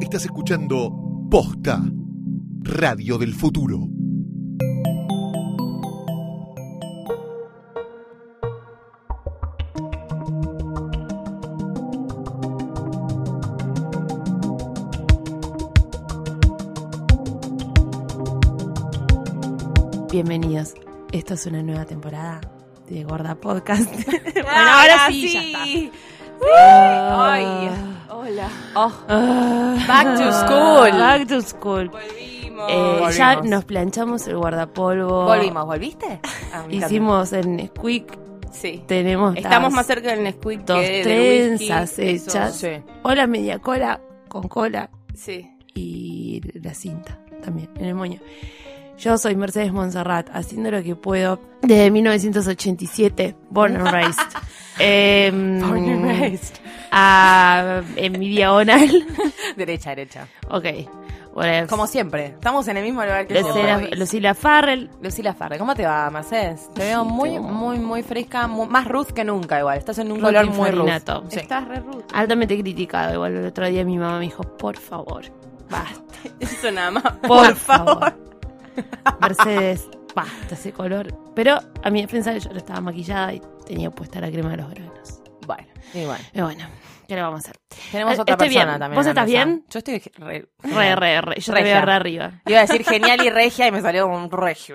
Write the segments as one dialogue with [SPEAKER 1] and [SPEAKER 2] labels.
[SPEAKER 1] Estás escuchando Posta, Radio del Futuro.
[SPEAKER 2] Bienvenidos. Esto es una nueva temporada de Gorda Podcast. bueno,
[SPEAKER 3] Ah,
[SPEAKER 2] ahora
[SPEAKER 3] ya
[SPEAKER 2] sí, ya está.
[SPEAKER 3] sí.
[SPEAKER 2] Ah.
[SPEAKER 3] Ay, hola.
[SPEAKER 2] Ah.
[SPEAKER 3] Back to school.
[SPEAKER 2] Back to school.
[SPEAKER 3] Ah, Volvimos.
[SPEAKER 2] Eh, ya nos planchamos el guardapolvo.
[SPEAKER 3] Volvimos, ¿volviste? Ah, me encanta.
[SPEAKER 2] Hicimos en Squeak.
[SPEAKER 3] Sí.
[SPEAKER 2] Tenemos
[SPEAKER 3] Estamos
[SPEAKER 2] las
[SPEAKER 3] más cerca del Nesquik
[SPEAKER 2] dos
[SPEAKER 3] que del whisky,
[SPEAKER 2] trenzas
[SPEAKER 3] eso.
[SPEAKER 2] hechas.
[SPEAKER 3] Sí.
[SPEAKER 2] Hola, media cola con cola
[SPEAKER 3] Sí.
[SPEAKER 2] y la cinta también en el moño. Yo soy Mercedes Monserrat, haciendo lo que puedo desde 1987, born and raised. Em, a- Ah, en mi diagonal.
[SPEAKER 3] Derecha, derecha.
[SPEAKER 2] ok. whatever.
[SPEAKER 3] Como siempre, estamos en el mismo lugar que
[SPEAKER 2] Lucila,
[SPEAKER 3] siempre.
[SPEAKER 2] Lucila Farrell.
[SPEAKER 3] Lucila Farre, ¿cómo te va, Mercedes? Te veo
[SPEAKER 2] Sí,
[SPEAKER 3] muy,
[SPEAKER 2] tengo-
[SPEAKER 3] muy, muy fresca, mu- más Ruth que nunca igual. Estás en un
[SPEAKER 2] Ruth
[SPEAKER 3] color muy Ruth.
[SPEAKER 2] Infarinato, sí.
[SPEAKER 3] Estás re Ruth.
[SPEAKER 2] Altamente criticado. Igual el otro día mi mamá me dijo, por favor, basta.
[SPEAKER 3] Eso nada más.
[SPEAKER 2] Por,
[SPEAKER 3] Por favor.
[SPEAKER 2] Mercedes, basta ese color. Pero a mi defensa yo no estaba maquillada y tenía puesta la crema de los granos.
[SPEAKER 3] Bueno, y bueno.
[SPEAKER 2] Pero bueno, ¿qué le vamos a hacer?
[SPEAKER 3] Tenemos
[SPEAKER 2] Eh,
[SPEAKER 3] otra
[SPEAKER 2] estoy
[SPEAKER 3] persona
[SPEAKER 2] bien.
[SPEAKER 3] también.
[SPEAKER 2] ¿Vos
[SPEAKER 3] en la
[SPEAKER 2] estás
[SPEAKER 3] mesa.
[SPEAKER 2] bien?
[SPEAKER 3] Yo estoy re,
[SPEAKER 2] Re, re, re. Yo te
[SPEAKER 3] Regia.
[SPEAKER 2] veo re arriba.
[SPEAKER 3] Iba a decir genial y regia y me salió un regio.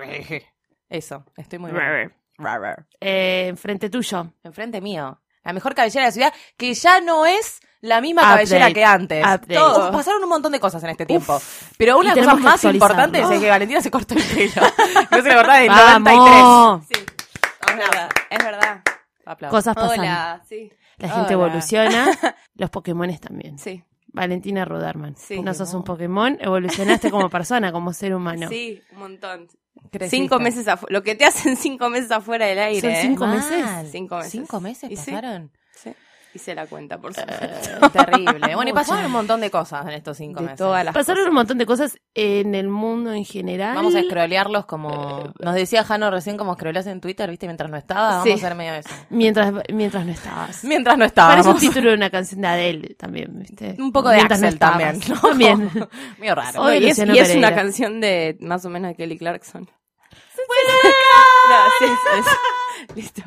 [SPEAKER 3] Eso, estoy muy bien.
[SPEAKER 2] Re, re.
[SPEAKER 3] Ra, ra.
[SPEAKER 2] Eh, frente tuyo.
[SPEAKER 3] Enfrente mío. La mejor cabellera de la ciudad, que ya no es la misma
[SPEAKER 2] Update.
[SPEAKER 3] cabellera que antes.
[SPEAKER 2] Update.
[SPEAKER 3] Todo- pasaron un montón de cosas en este tiempo. Pero
[SPEAKER 2] Y
[SPEAKER 3] una de las
[SPEAKER 2] tenemos
[SPEAKER 3] cosas
[SPEAKER 2] que
[SPEAKER 3] más
[SPEAKER 2] actualizarlo.
[SPEAKER 3] importantes es que Valentina se cortó el pelo. No se le cortaba desde el
[SPEAKER 2] ¡Vamos!
[SPEAKER 3] 93.
[SPEAKER 4] Sí, es verdad, es verdad.
[SPEAKER 3] Aplausos.
[SPEAKER 2] Cosas pasan.
[SPEAKER 4] Hola, sí,
[SPEAKER 2] La gente
[SPEAKER 3] Hola.
[SPEAKER 2] evoluciona. Los Pokémones también.
[SPEAKER 4] sí,
[SPEAKER 2] Valentina Rodarman.
[SPEAKER 4] Sí.
[SPEAKER 2] no sos un Pokémon, evolucionaste como persona, como ser humano.
[SPEAKER 4] sí, un montón.
[SPEAKER 3] Creciste.
[SPEAKER 4] Cinco meses afuera, lo que te hacen cinco meses afuera del aire.
[SPEAKER 2] Son
[SPEAKER 4] ¿eh?
[SPEAKER 2] cinco
[SPEAKER 3] Mal.
[SPEAKER 2] meses.
[SPEAKER 4] Cinco meses.
[SPEAKER 3] Cinco meses
[SPEAKER 4] Y sí.
[SPEAKER 3] pasaron. Eh,
[SPEAKER 4] Sí, hice la cuenta, por supuesto.
[SPEAKER 3] Terrible. Bueno, y pasaron
[SPEAKER 2] Muchas.
[SPEAKER 3] un montón de cosas en estos cinco
[SPEAKER 4] De
[SPEAKER 3] meses.
[SPEAKER 4] todas las
[SPEAKER 2] Pasaron un montón de cosas en el mundo en general.
[SPEAKER 3] Vamos a scrollearlos
[SPEAKER 2] Eh,
[SPEAKER 3] como. Nos decía Jano recién como scrolleas en Twitter, ¿viste? Mientras no estaba. Vamos
[SPEAKER 4] Sí.
[SPEAKER 3] a hacer medio eso.
[SPEAKER 2] mientras, mientras no estabas.
[SPEAKER 3] Mientras no
[SPEAKER 2] Parece un
[SPEAKER 3] estábamos.
[SPEAKER 2] título de una canción de Adele también, ¿viste?
[SPEAKER 3] Un poco de
[SPEAKER 2] Mientras no
[SPEAKER 3] Axel
[SPEAKER 2] estabas.
[SPEAKER 3] también. ¿no?
[SPEAKER 2] También.
[SPEAKER 3] Medio raro.
[SPEAKER 2] Hoy
[SPEAKER 4] y es,
[SPEAKER 2] Luciano
[SPEAKER 4] y es
[SPEAKER 2] Pereira.
[SPEAKER 4] una canción de más o menos de Kelly Clarkson. No, sí, sí, sí. Listo.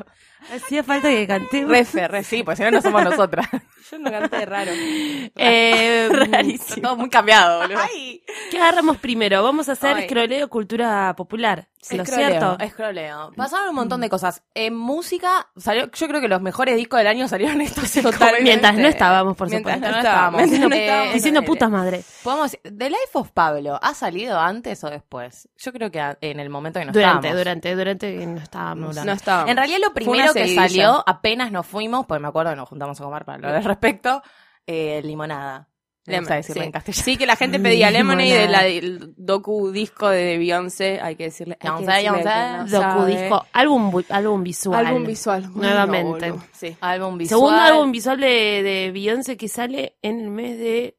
[SPEAKER 2] Hacía falta que canté.
[SPEAKER 4] Refe, refe.
[SPEAKER 3] Sí, pues si no, no somos nosotras.
[SPEAKER 4] Yo no canté raro.
[SPEAKER 2] Eh,
[SPEAKER 3] Está todo muy cambiado, boludo.
[SPEAKER 4] Ay,
[SPEAKER 2] ¿Qué agarramos primero? Vamos a hacer
[SPEAKER 4] Ay.
[SPEAKER 2] escroleo cultura popular. ¿No es
[SPEAKER 3] Escroleo,
[SPEAKER 2] cierto?
[SPEAKER 3] Escroleo. Pasaron un montón de cosas. En música, salió, yo creo que los mejores discos del año salieron estos cinco
[SPEAKER 4] Totalmente.
[SPEAKER 3] meses.
[SPEAKER 2] Mientras no estábamos, por
[SPEAKER 4] Mientras
[SPEAKER 2] supuesto.
[SPEAKER 3] no
[SPEAKER 4] no estábamos.
[SPEAKER 3] estábamos.
[SPEAKER 4] Mientras no
[SPEAKER 3] Eh,
[SPEAKER 4] estábamos
[SPEAKER 2] Diciendo
[SPEAKER 4] al aire.
[SPEAKER 2] puta madre.
[SPEAKER 3] Podemos decir, The Life of Pablo, ¿ha salido antes o después? Yo creo que a- en el momento que nos
[SPEAKER 2] durante,
[SPEAKER 3] estábamos.
[SPEAKER 2] durante, durante que no estábamos.
[SPEAKER 4] No estábamos.
[SPEAKER 3] En realidad lo
[SPEAKER 4] Fue una
[SPEAKER 3] primero que
[SPEAKER 4] seguidilla.
[SPEAKER 3] salió, apenas nos fuimos, pues me acuerdo que nos juntamos a comer para hablar al respecto, eh, limonada. Me gusta
[SPEAKER 4] Lemon,
[SPEAKER 3] decirlo
[SPEAKER 4] sí.
[SPEAKER 3] en castellano.
[SPEAKER 4] Sí, que la gente pedía Lemonade de
[SPEAKER 2] Limonada.
[SPEAKER 4] la del docu disco de Beyoncé, hay que decirle. hay que
[SPEAKER 3] Beyoncé,
[SPEAKER 4] decirle que
[SPEAKER 3] Beyoncé.
[SPEAKER 4] no
[SPEAKER 2] Docu
[SPEAKER 4] sabe.
[SPEAKER 2] disco, álbum, bu- álbum visual.
[SPEAKER 4] Álbum visual. Bueno,
[SPEAKER 2] Nuevamente.
[SPEAKER 4] boludo. sí.
[SPEAKER 3] Álbum visual.
[SPEAKER 2] Segundo álbum visual de, de Beyoncé que sale en el mes de.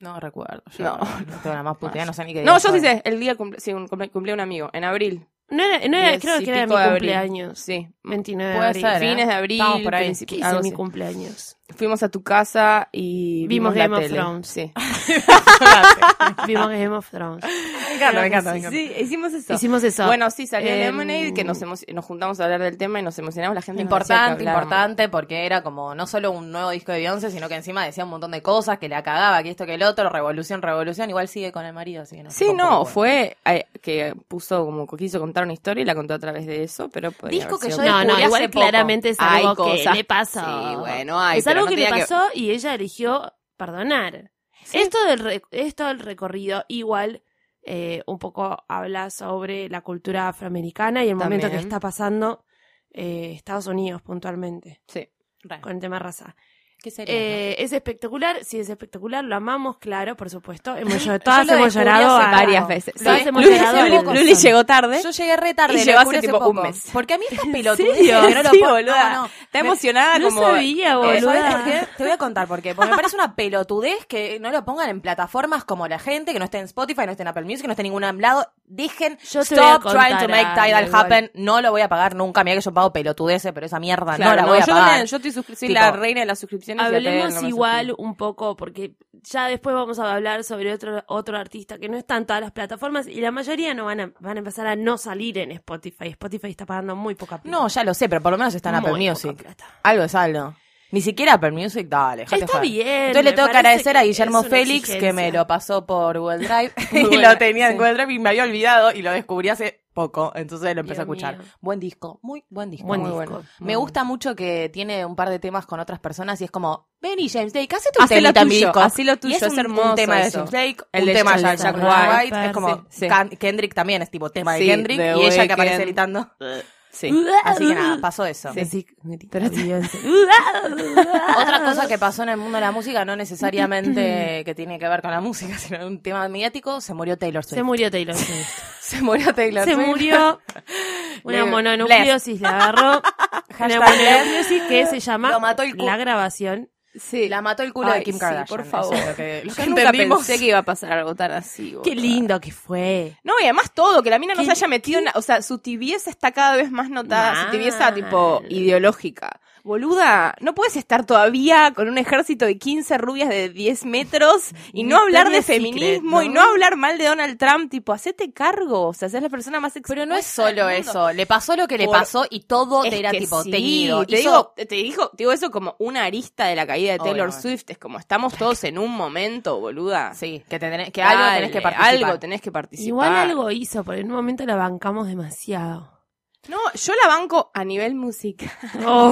[SPEAKER 3] No recuerdo. Yo no.
[SPEAKER 4] No.
[SPEAKER 3] tengo la más puta idea, no sé ni qué
[SPEAKER 4] No,
[SPEAKER 3] día
[SPEAKER 4] yo
[SPEAKER 3] fue.
[SPEAKER 4] sí sé, el día cumple, sí, un cumple- cumplía un amigo, en abril.
[SPEAKER 2] No era, no era
[SPEAKER 4] Diez
[SPEAKER 2] creo
[SPEAKER 4] y
[SPEAKER 2] que era mi
[SPEAKER 4] pico de abril.
[SPEAKER 2] cumpleaños.
[SPEAKER 4] Sí.
[SPEAKER 2] 29 de
[SPEAKER 3] Puede
[SPEAKER 2] abril.
[SPEAKER 3] ser, ¿eh?
[SPEAKER 4] Fines de abril,
[SPEAKER 3] Estábamos por ahí.
[SPEAKER 2] ¿Qué
[SPEAKER 4] principios-
[SPEAKER 2] hice
[SPEAKER 4] algo
[SPEAKER 2] en mi
[SPEAKER 4] así.
[SPEAKER 2] cumpleaños?
[SPEAKER 4] Fuimos a tu casa y
[SPEAKER 2] Vimos
[SPEAKER 4] vimos,
[SPEAKER 2] Game
[SPEAKER 4] la
[SPEAKER 2] of
[SPEAKER 4] tele.
[SPEAKER 2] Thrones.
[SPEAKER 4] Sí.
[SPEAKER 2] Vimos Game of Thrones.
[SPEAKER 3] Me encanta, me encanta, me
[SPEAKER 4] Sí,
[SPEAKER 3] encanta.
[SPEAKER 4] sí, hicimos eso.
[SPEAKER 2] Hicimos eso.
[SPEAKER 4] Bueno, sí, salió
[SPEAKER 2] Eh,
[SPEAKER 4] Lemonade, que nos, emo- nos juntamos a hablar del tema y nos emocionamos. La gente nos
[SPEAKER 3] Importante,
[SPEAKER 4] decía que habláramos.
[SPEAKER 3] importante, porque era como no solo un nuevo disco de Beyoncé, sino que encima decía un montón de cosas, que la cagaba, que esto, que el otro, revolución, revolución, igual sigue con el marido, así que no sé
[SPEAKER 4] Sí, no,
[SPEAKER 3] tampoco.
[SPEAKER 4] fue eh, que puso como que quiso contar una historia y la contó a través de eso, pero podría
[SPEAKER 3] Disco
[SPEAKER 4] haber
[SPEAKER 3] que
[SPEAKER 4] sido-
[SPEAKER 3] yo
[SPEAKER 2] No, no,
[SPEAKER 3] descubrí
[SPEAKER 2] igual
[SPEAKER 3] hace poco.
[SPEAKER 2] claramente es algo
[SPEAKER 4] Hay
[SPEAKER 2] que
[SPEAKER 4] cosas-
[SPEAKER 2] le pasó.
[SPEAKER 4] Sí, bueno, hay,
[SPEAKER 2] es algo
[SPEAKER 4] pero no
[SPEAKER 2] que le
[SPEAKER 4] tenía que-
[SPEAKER 2] pasó y ella eligió perdonar. Esto, del re- esto del recorrido, igual eh, un poco habla sobre la cultura afroamericana y el momento que
[SPEAKER 4] También.
[SPEAKER 2] está pasando eh, Estados Unidos puntualmente,
[SPEAKER 4] Sí.
[SPEAKER 3] Re.
[SPEAKER 2] con el tema raza.
[SPEAKER 3] ¿Qué sería?
[SPEAKER 2] Eh, Es espectacular, sí, es espectacular, lo amamos, claro, por supuesto. Hemos llorado,
[SPEAKER 3] Yo
[SPEAKER 2] todas
[SPEAKER 3] lo
[SPEAKER 2] hemos
[SPEAKER 3] descubrí
[SPEAKER 2] llorado
[SPEAKER 3] hace
[SPEAKER 2] a-
[SPEAKER 4] Varias veces.
[SPEAKER 2] Lo
[SPEAKER 4] Sí.
[SPEAKER 2] hemos
[SPEAKER 4] Luli,
[SPEAKER 2] llegado
[SPEAKER 4] Luli-
[SPEAKER 2] al corazón.
[SPEAKER 4] Luli llegó tarde.
[SPEAKER 3] Yo llegué re tarde.
[SPEAKER 4] Y
[SPEAKER 3] lo
[SPEAKER 4] llegó hace
[SPEAKER 3] descubrí
[SPEAKER 4] tipo
[SPEAKER 3] poco.
[SPEAKER 4] un mes.
[SPEAKER 3] Porque a mí estas
[SPEAKER 4] ¿En
[SPEAKER 3] pelotudeces
[SPEAKER 4] serio?
[SPEAKER 3] que no lo
[SPEAKER 4] Sí,
[SPEAKER 3] puedo-
[SPEAKER 4] boluda.
[SPEAKER 3] no, no.
[SPEAKER 4] Está emocionada
[SPEAKER 2] No
[SPEAKER 4] como...
[SPEAKER 2] sabía,
[SPEAKER 3] Eh, ¿sabés por
[SPEAKER 2] boluda.
[SPEAKER 3] qué? Te voy a contar por qué. Porque me parece una pelotudez que no lo pongan en plataformas como la gente, que no esté en Spotify, no esté en Apple Music, que no esté en ningún lado. Dejen
[SPEAKER 2] Yo te voy a
[SPEAKER 3] stop
[SPEAKER 2] contar
[SPEAKER 3] trying to make
[SPEAKER 2] algo
[SPEAKER 3] Tidal
[SPEAKER 2] igual.
[SPEAKER 3] happen. No lo voy a pagar nunca. Mira que yo pago pelotudeces, pero esa mierda
[SPEAKER 4] Claro,
[SPEAKER 3] no la voy a
[SPEAKER 4] yo
[SPEAKER 3] pagar.
[SPEAKER 4] también, yo estoy suscri- soy la
[SPEAKER 3] Tipo,
[SPEAKER 4] reina de las suscripciones. y la tele no
[SPEAKER 2] Hablemos
[SPEAKER 4] me
[SPEAKER 2] igual
[SPEAKER 4] suscribo.
[SPEAKER 2] un poco, porque ya después vamos a hablar sobre otro, otro artista que no está en todas las plataformas y la mayoría no van a, van a empezar a no salir en Spotify. Spotify está pagando muy poca plata.
[SPEAKER 3] No, ya lo sé, pero por lo menos está en Apple
[SPEAKER 2] Muy poca
[SPEAKER 3] Music.
[SPEAKER 2] plata.
[SPEAKER 3] Algo es algo. Ni siquiera Apple Music, dale. dejate
[SPEAKER 2] Está
[SPEAKER 3] joder.
[SPEAKER 2] bien,
[SPEAKER 3] Entonces le
[SPEAKER 2] me
[SPEAKER 3] tengo que
[SPEAKER 2] parece
[SPEAKER 3] agradecer a
[SPEAKER 2] que
[SPEAKER 3] Guillermo
[SPEAKER 2] es una
[SPEAKER 3] Félix que me
[SPEAKER 2] exigencia.
[SPEAKER 3] lo pasó por Google Drive y
[SPEAKER 4] Google
[SPEAKER 3] lo
[SPEAKER 4] Drive,
[SPEAKER 3] tenía en
[SPEAKER 4] sí.
[SPEAKER 3] Google Drive y me había olvidado y lo descubrí hace poco. Entonces lo empecé a
[SPEAKER 2] Dios
[SPEAKER 3] escuchar.
[SPEAKER 2] mío.
[SPEAKER 3] Buen disco, muy buen disco.
[SPEAKER 2] Buen
[SPEAKER 3] muy
[SPEAKER 2] disco.
[SPEAKER 3] bueno.
[SPEAKER 4] muy
[SPEAKER 3] Me
[SPEAKER 4] bueno.
[SPEAKER 3] gusta mucho que tiene un par de temas con otras personas y es como, vení James Blake, hace tu
[SPEAKER 4] Hacé lo
[SPEAKER 3] temita en mi
[SPEAKER 4] tuyo,
[SPEAKER 3] disco".
[SPEAKER 4] hacé lo
[SPEAKER 3] Y
[SPEAKER 4] tuyo,
[SPEAKER 3] es,
[SPEAKER 4] es
[SPEAKER 3] un,
[SPEAKER 4] hermoso
[SPEAKER 3] un tema de
[SPEAKER 4] eso.
[SPEAKER 3] James Blake,
[SPEAKER 4] El
[SPEAKER 3] un
[SPEAKER 4] de
[SPEAKER 3] tema de
[SPEAKER 4] Jack
[SPEAKER 3] Jack
[SPEAKER 4] White,
[SPEAKER 3] White. Es como,
[SPEAKER 4] sí.
[SPEAKER 3] Can- Kendrick también es tipo tema de
[SPEAKER 4] Sí,
[SPEAKER 3] Kendrick
[SPEAKER 4] The
[SPEAKER 3] y ella que aparece
[SPEAKER 4] Weeknd.
[SPEAKER 3] gritando.
[SPEAKER 4] Sí.
[SPEAKER 3] Así que nada, pasó eso.
[SPEAKER 2] Así grita
[SPEAKER 4] Trata-
[SPEAKER 2] Beyoncé.
[SPEAKER 3] Otra cosa que pasó en el mundo de la música, no necesariamente que tiene que ver con la música, sino un tema mediático, se murió Taylor Swift.
[SPEAKER 2] Se murió Taylor Swift.
[SPEAKER 3] Se murió Taylor
[SPEAKER 2] Se
[SPEAKER 3] Swift.
[SPEAKER 2] murió una
[SPEAKER 3] Le-
[SPEAKER 2] mononucleosis, la agarró. Una
[SPEAKER 3] Hashtag
[SPEAKER 2] mononucleosis que se llama
[SPEAKER 3] Lo mató el cu-
[SPEAKER 2] la grabación.
[SPEAKER 4] Sí.
[SPEAKER 3] La mató el culo
[SPEAKER 4] Ay,
[SPEAKER 3] de Kim
[SPEAKER 4] sí,
[SPEAKER 3] Kardashian.
[SPEAKER 4] por favor.
[SPEAKER 3] Eso es lo que, lo que
[SPEAKER 4] Yo nunca
[SPEAKER 3] entendimos.
[SPEAKER 4] pensé que iba a pasar algo tan así. boluda.
[SPEAKER 2] Qué lindo que fue.
[SPEAKER 4] No, y además todo, que la mina no
[SPEAKER 2] ¿Qué-
[SPEAKER 4] se haya metido en la- O sea, su tibieza está cada vez más notada,
[SPEAKER 2] Mal.
[SPEAKER 4] su tibieza tipo ideológica. Boluda, no puedes estar todavía con un ejército de 15 rubias de 10 metros y no hablar de
[SPEAKER 2] Victoria's Secret,
[SPEAKER 4] feminismo y
[SPEAKER 2] ¿no?
[SPEAKER 4] no hablar mal de Donald Trump, tipo, hacete cargo, o sea, seas la persona más
[SPEAKER 3] Pero no es
[SPEAKER 4] expuesta del
[SPEAKER 3] solo
[SPEAKER 4] mundo.
[SPEAKER 3] eso. Le pasó lo que le
[SPEAKER 4] Por-
[SPEAKER 3] pasó y todo
[SPEAKER 4] Es
[SPEAKER 3] era
[SPEAKER 4] que
[SPEAKER 3] tipo
[SPEAKER 4] sí,
[SPEAKER 3] teñido.
[SPEAKER 4] Te,
[SPEAKER 3] Hizo-
[SPEAKER 4] digo, te, dijo, te digo eso como una arista de la caída de Taylor
[SPEAKER 3] Obvio.
[SPEAKER 4] Swift. Es como estamos todos en un momento, boluda.
[SPEAKER 3] Sí, que, te tenés- que
[SPEAKER 4] Dale,
[SPEAKER 3] algo tenés que participar.
[SPEAKER 4] Algo tenés que participar.
[SPEAKER 2] Igual algo hizo, porque en un momento la bancamos demasiado.
[SPEAKER 4] No, yo la banco a nivel musical.
[SPEAKER 2] Oh.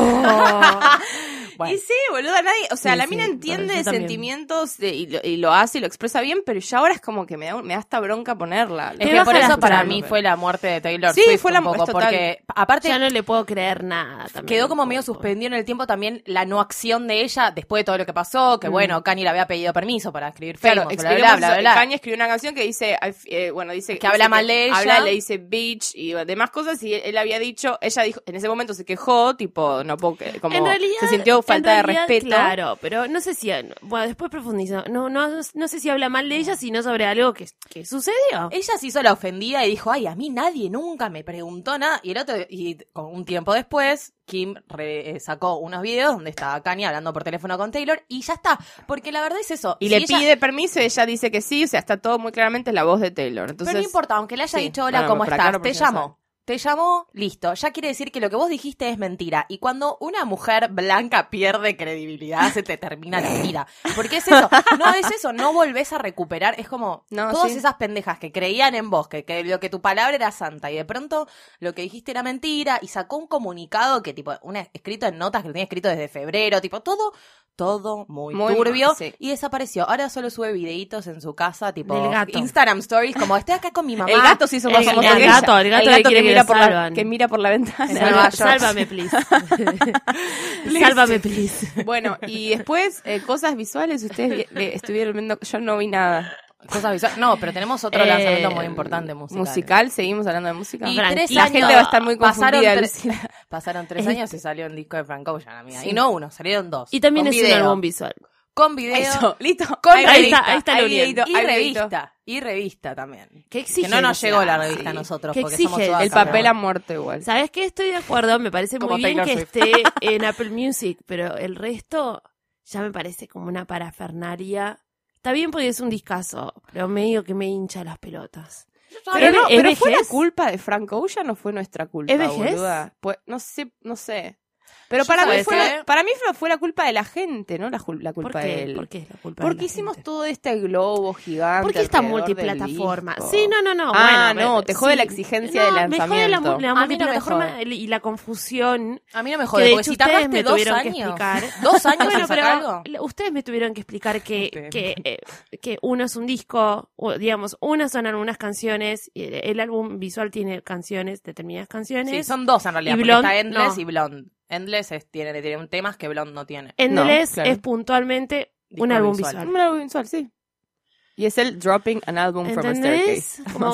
[SPEAKER 3] Bueno.
[SPEAKER 4] Y sí, boluda, nadie. O sea,
[SPEAKER 2] Sí,
[SPEAKER 4] la
[SPEAKER 2] sí,
[SPEAKER 4] mina
[SPEAKER 2] bueno,
[SPEAKER 4] entiende
[SPEAKER 2] yo
[SPEAKER 4] de
[SPEAKER 2] también.
[SPEAKER 4] sentimientos de- y, lo, y lo hace y lo expresa bien, pero ya ahora es como que me da, me da hasta bronca ponerla.
[SPEAKER 3] Es
[SPEAKER 2] Te
[SPEAKER 3] que
[SPEAKER 2] baja
[SPEAKER 3] por
[SPEAKER 2] las
[SPEAKER 3] eso para
[SPEAKER 2] pulsadas,
[SPEAKER 3] mí
[SPEAKER 2] pero-
[SPEAKER 3] fue la muerte de Taylor
[SPEAKER 4] Sí,
[SPEAKER 3] Swift
[SPEAKER 4] fue la-
[SPEAKER 3] un poco,
[SPEAKER 4] es total.
[SPEAKER 3] porque aparte
[SPEAKER 2] ya no le puedo creer nada. también
[SPEAKER 3] Quedó
[SPEAKER 2] un
[SPEAKER 3] como medio
[SPEAKER 2] poco.
[SPEAKER 3] suspendido en el tiempo también la no acción de ella después de todo lo que pasó, que bueno, Kanye le había pedido permiso para escribir
[SPEAKER 4] Mm. Claro,
[SPEAKER 3] Famous, bla,
[SPEAKER 4] escribió
[SPEAKER 3] bla,
[SPEAKER 4] muchas-
[SPEAKER 3] bla, bla, bla.
[SPEAKER 4] Kanye escribió una canción que dice, I f- eh, bueno, dice
[SPEAKER 3] Que habla
[SPEAKER 4] dice
[SPEAKER 3] mal de ella.
[SPEAKER 4] Habla, le dice bitch y demás cosas y él, él había dicho, ella dijo, en ese momento se quejó, tipo, no puedo, que- como
[SPEAKER 2] En realidad,
[SPEAKER 4] se sintió
[SPEAKER 2] en
[SPEAKER 4] falta
[SPEAKER 2] realidad,
[SPEAKER 4] de respeto.
[SPEAKER 2] Claro, pero no sé si. Bueno, después profundizo. No, no, no sé si habla mal de ella, sino sobre algo que, que sucedió.
[SPEAKER 3] Ella se hizo la ofendida y dijo, ay, a mí nadie nunca me preguntó nada. Y el otro, y con un tiempo después, Kim re- eh, sacó unos videos donde estaba Kanye hablando por teléfono con Taylor y ya está. Porque la verdad es eso.
[SPEAKER 4] Y
[SPEAKER 3] si
[SPEAKER 4] le
[SPEAKER 3] ella-
[SPEAKER 4] pide permiso y ella dice que sí, o sea, está todo muy claramente en la voz de Taylor. Entonces,
[SPEAKER 3] pero no importa, aunque le haya
[SPEAKER 4] sí,
[SPEAKER 3] dicho hola,
[SPEAKER 4] bueno,
[SPEAKER 3] ¿cómo
[SPEAKER 4] para
[SPEAKER 3] estás?
[SPEAKER 4] acá no
[SPEAKER 3] te
[SPEAKER 4] funciona.
[SPEAKER 3] llamó. Te llamó, listo. Ya quiere decir que lo que vos dijiste es mentira. Y cuando una mujer blanca pierde credibilidad, se te termina la vida. Porque es eso. No es eso. No volvés a recuperar. Es como
[SPEAKER 4] No,
[SPEAKER 3] todas
[SPEAKER 4] sí.
[SPEAKER 3] esas pendejas que creían en vos, que, que lo que tu palabra era santa. Y de pronto lo que dijiste era mentira. Y sacó un comunicado que, tipo, una, escrito en notas que lo tenía escrito desde febrero. Tipo, todo, todo muy,
[SPEAKER 4] Muy mal,
[SPEAKER 3] turbio.
[SPEAKER 4] sí.
[SPEAKER 3] Y desapareció. Ahora solo sube videitos en su casa, tipo,
[SPEAKER 2] Del gato.
[SPEAKER 3] Instagram stories como estoy acá con mi mamá.
[SPEAKER 4] el gato se hizo más
[SPEAKER 2] el-
[SPEAKER 4] famoso
[SPEAKER 2] el
[SPEAKER 4] que ella.
[SPEAKER 2] gato, el gato que quiere que
[SPEAKER 4] mira
[SPEAKER 2] lo
[SPEAKER 4] por la,
[SPEAKER 2] salvan.
[SPEAKER 4] que mira por la ventana.
[SPEAKER 3] En Nueva
[SPEAKER 2] Salva-
[SPEAKER 3] York.
[SPEAKER 2] sálvame, please. Sálvame, please.
[SPEAKER 4] Bueno, y después, eh, cosas visuales, ustedes vi- vi- estuvieron viendo, yo no vi nada.
[SPEAKER 3] Cosas visuales. No, pero tenemos otro
[SPEAKER 2] Eh,
[SPEAKER 3] lanzamiento muy importante musical.
[SPEAKER 4] Musical, seguimos hablando de música.
[SPEAKER 3] Y
[SPEAKER 2] Frank,
[SPEAKER 3] tres
[SPEAKER 2] la
[SPEAKER 3] años.
[SPEAKER 4] gente va a estar muy
[SPEAKER 3] pasaron
[SPEAKER 4] confundida,
[SPEAKER 3] tres,
[SPEAKER 4] Lucila.
[SPEAKER 3] pasaron tres años y salió un disco de Frank Ocean, amiga.
[SPEAKER 4] Sí.
[SPEAKER 3] Y no uno, salieron dos.
[SPEAKER 2] este. Y también
[SPEAKER 3] Con
[SPEAKER 2] es
[SPEAKER 3] video,
[SPEAKER 2] un álbum visual.
[SPEAKER 3] Con video.
[SPEAKER 4] Eso, listo.
[SPEAKER 3] Con-
[SPEAKER 4] Hay
[SPEAKER 3] ahí
[SPEAKER 4] videito,
[SPEAKER 2] está- ahí está
[SPEAKER 4] hay
[SPEAKER 2] la unión.
[SPEAKER 4] videito,
[SPEAKER 3] Y
[SPEAKER 4] hay videito.
[SPEAKER 3] revista. Y revista también.
[SPEAKER 2] ¿Qué exige?
[SPEAKER 3] que no nos
[SPEAKER 2] ese
[SPEAKER 3] llegó la
[SPEAKER 2] álbum?
[SPEAKER 3] revista a nosotros.
[SPEAKER 2] ¿Qué
[SPEAKER 3] porque
[SPEAKER 2] exige
[SPEAKER 3] somos todas
[SPEAKER 4] El papel
[SPEAKER 3] acá.
[SPEAKER 4] a muerte igual.
[SPEAKER 2] ¿Sabes qué? Estoy de acuerdo, me parece
[SPEAKER 4] Como
[SPEAKER 2] muy bien
[SPEAKER 4] Taylor
[SPEAKER 2] que esté en Apple Music, pero el resto ya me parece como una parafernaria. Está bien porque es un discazo, pero medio que me hincha las pelotas.
[SPEAKER 4] Pero
[SPEAKER 2] ¿Es
[SPEAKER 4] no,
[SPEAKER 2] ve- es
[SPEAKER 4] pero fue la
[SPEAKER 2] vejez?
[SPEAKER 4] culpa de Frank Ocean o fue nuestra culpa,
[SPEAKER 2] ¿Es vejez?
[SPEAKER 4] boluda? Pues no sé, no sé. Pero
[SPEAKER 3] Yo
[SPEAKER 4] para mí,
[SPEAKER 3] sabes
[SPEAKER 4] fue la,
[SPEAKER 3] qué.
[SPEAKER 4] para mí fue- fue la culpa de la gente, no la, jul- la
[SPEAKER 2] ¿Por
[SPEAKER 4] culpa de
[SPEAKER 2] qué?
[SPEAKER 4] él.
[SPEAKER 2] ¿Por qué es la culpa? de
[SPEAKER 4] Porque
[SPEAKER 2] la
[SPEAKER 4] hicimos
[SPEAKER 2] gente?
[SPEAKER 4] todo este globo gigante.
[SPEAKER 2] Porque esta
[SPEAKER 4] alrededor del
[SPEAKER 2] multiplataforma.
[SPEAKER 4] disco?
[SPEAKER 2] Sí, no, no, no.
[SPEAKER 4] Ah,
[SPEAKER 2] bueno,
[SPEAKER 4] no,
[SPEAKER 2] pero-
[SPEAKER 4] te jode
[SPEAKER 2] sí.
[SPEAKER 4] la exigencia del
[SPEAKER 2] No, Me jode la mu-
[SPEAKER 4] lanzamiento.
[SPEAKER 2] la,
[SPEAKER 3] A mí no me
[SPEAKER 2] multiplataforma
[SPEAKER 3] jode.
[SPEAKER 2] y la confusión.
[SPEAKER 3] A mí no
[SPEAKER 2] que
[SPEAKER 3] me
[SPEAKER 2] de
[SPEAKER 3] jode, porque
[SPEAKER 2] hecho
[SPEAKER 3] si tardaste
[SPEAKER 2] ustedes me
[SPEAKER 3] dos
[SPEAKER 2] tuvieron que
[SPEAKER 3] años.
[SPEAKER 2] explicar.
[SPEAKER 3] Dos años
[SPEAKER 2] Bueno,
[SPEAKER 3] en
[SPEAKER 2] pero
[SPEAKER 3] sacar algo.
[SPEAKER 2] le- ustedes me tuvieron que explicar que,
[SPEAKER 3] Ustedes.
[SPEAKER 2] que, eh, que uno es un disco, o, digamos, unas son algunas canciones, y el, el álbum visual tiene canciones, determinadas canciones.
[SPEAKER 3] Sí, son dos en
[SPEAKER 2] Y
[SPEAKER 3] realidad. porque
[SPEAKER 2] Blonde,
[SPEAKER 3] está Endless
[SPEAKER 2] no.
[SPEAKER 3] y Blonde. Endless es- tiene, tiene temas que Blonde no tiene.
[SPEAKER 2] Endless
[SPEAKER 4] No, claro.
[SPEAKER 2] es puntualmente un
[SPEAKER 3] Disco
[SPEAKER 2] álbum
[SPEAKER 3] visual.
[SPEAKER 2] visual.
[SPEAKER 4] Un álbum visual, sí. Y es el dropping an album from a
[SPEAKER 2] ¿Entendés?
[SPEAKER 4] staircase.
[SPEAKER 2] Como